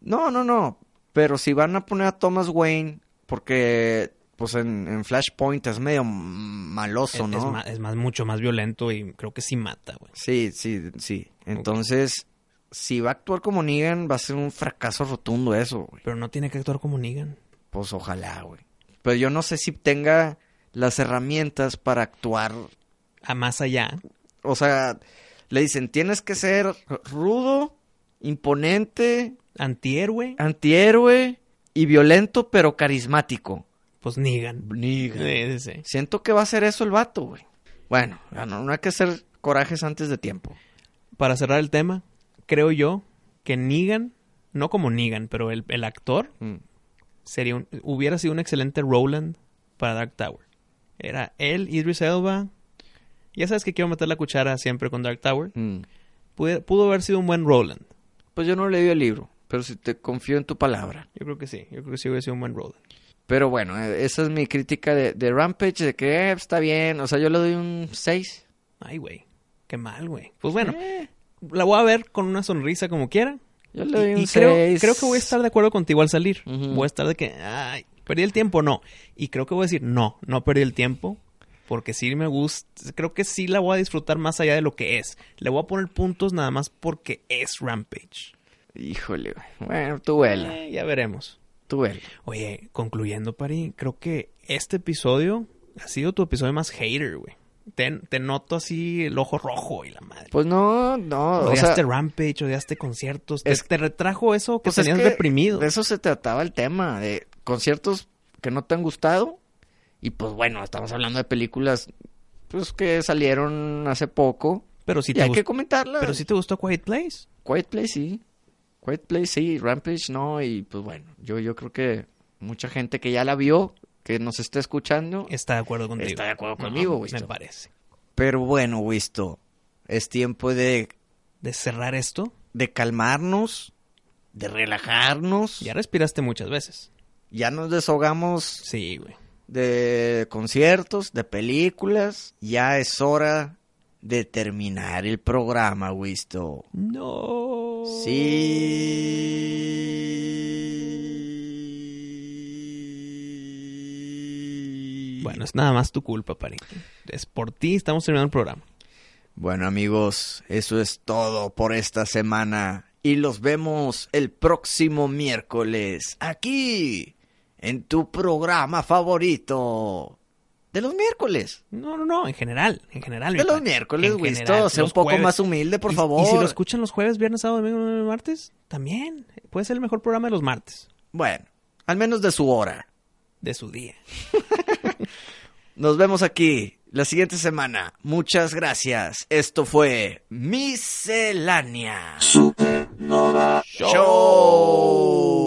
Speaker 4: No, no, no. Pero si van a poner a Thomas Wayne, porque pues en, en Flashpoint es medio maloso,
Speaker 2: es,
Speaker 4: ¿no?
Speaker 2: es ma- es más, mucho más violento y creo que sí mata, güey.
Speaker 4: Sí, sí, sí. Entonces, si va a actuar como Negan, va a ser un fracaso rotundo eso, güey.
Speaker 2: Pero no tiene que actuar como Negan.
Speaker 4: Pues ojalá, güey. Pero yo no sé si tenga las herramientas para actuar.
Speaker 2: A más allá.
Speaker 4: O sea, le dicen, tienes que ser rudo, imponente,
Speaker 2: Antihéroe,
Speaker 4: antihéroe y violento, pero carismático.
Speaker 2: pues Negan.
Speaker 4: Negan.
Speaker 2: Sí, sí, sí.
Speaker 4: Siento que va a ser eso el vato, güey. Bueno, ya no, no hay que hacer corajes antes de tiempo.
Speaker 2: Para cerrar el tema, creo yo que Negan, no como Negan, pero el, el actor
Speaker 4: Mm.
Speaker 2: sería un- hubiera sido un excelente Roland para Dark Tower. Era él, Idris Elba. Ya sabes que quiero meter la cuchara siempre con Dark Tower.
Speaker 4: Mm.
Speaker 2: Pude- pudo haber sido un buen Roland.
Speaker 4: Pues yo no leí el libro, pero si te confío en tu palabra.
Speaker 2: Yo creo que sí. Yo creo que sí hubiera sido un buen Roland.
Speaker 4: Pero bueno, eh, esa es mi crítica de, de Rampage, de que eh, está bien, o sea, yo le doy un 6.
Speaker 2: Ay, güey. Qué mal, güey. Pues bueno, la voy a ver con una sonrisa como quiera.
Speaker 4: Yo le doy
Speaker 2: Y-
Speaker 4: un
Speaker 2: y creo,
Speaker 4: 6.
Speaker 2: creo que voy a estar de acuerdo contigo al salir.
Speaker 4: Ujú.
Speaker 2: Voy a estar de que, ay, perdí el tiempo, no. Y creo que voy a decir, no, no perdí el tiempo. Porque sí me gusta, creo que sí la voy a disfrutar más allá de lo que es. Le voy a poner puntos nada más porque es Rampage.
Speaker 4: Híjole, güey. bueno, tú vela.
Speaker 2: Eh, ya veremos.
Speaker 4: Tú vele.
Speaker 2: Oye, concluyendo, Pari, creo que este episodio ha sido tu episodio más hater, güey. Te, te noto así el ojo rojo y la madre.
Speaker 4: Pues no, no. o sea,
Speaker 2: odiaste Rampage, odiaste conciertos. Te,
Speaker 4: es-
Speaker 2: te retrajo eso que
Speaker 4: pues es
Speaker 2: tenías
Speaker 4: que
Speaker 2: reprimido.
Speaker 4: De eso se trataba el tema, de conciertos que no te han gustado. Y pues bueno, estamos hablando de películas pues que salieron hace poco.
Speaker 2: Pero si
Speaker 4: y
Speaker 2: te
Speaker 4: hay
Speaker 2: gust-
Speaker 4: que comentarlas.
Speaker 2: Pero si te gustó Quiet Place.
Speaker 4: Quiet Place sí. Quiet Place sí, Rampage no. Y pues bueno, yo, yo creo que mucha gente que ya la vio, que nos está escuchando.
Speaker 2: Está de acuerdo contigo.
Speaker 4: Está de acuerdo conmigo,
Speaker 2: No,
Speaker 4: güey.
Speaker 2: Me parece.
Speaker 4: Pero bueno, Wisto, es tiempo de,
Speaker 2: De cerrar esto,
Speaker 4: de calmarnos, de relajarnos.
Speaker 2: ya respiraste muchas veces.
Speaker 4: ya nos deshogamos
Speaker 2: Sí, güey.
Speaker 4: de conciertos, de películas. Ya es hora de terminar el programa, Wisto.
Speaker 2: No.
Speaker 4: Sí.
Speaker 2: Bueno, es nada más tu culpa, Pari. Es por ti, estamos terminando el programa.
Speaker 4: Bueno, amigos, eso es todo por esta semana. Y los vemos el próximo miércoles aquí en tu programa favorito de los miércoles.
Speaker 2: No, no, no, en general, en general.
Speaker 4: De
Speaker 2: mi
Speaker 4: los
Speaker 2: Pari.
Speaker 4: miércoles,
Speaker 2: En
Speaker 4: güey.
Speaker 2: general,
Speaker 4: Esto, Sea
Speaker 2: los
Speaker 4: un poco
Speaker 2: jueves.
Speaker 4: más humilde, por
Speaker 2: Y-
Speaker 4: favor.
Speaker 2: Y si lo escuchan los jueves, viernes, sábado, domingo, lunes, martes, también. Puede ser el mejor programa de los martes,
Speaker 4: Bueno, al menos de su hora.
Speaker 2: de su día.
Speaker 4: Nos vemos aquí la siguiente semana. Muchas gracias. Esto fue Miscelánea Show.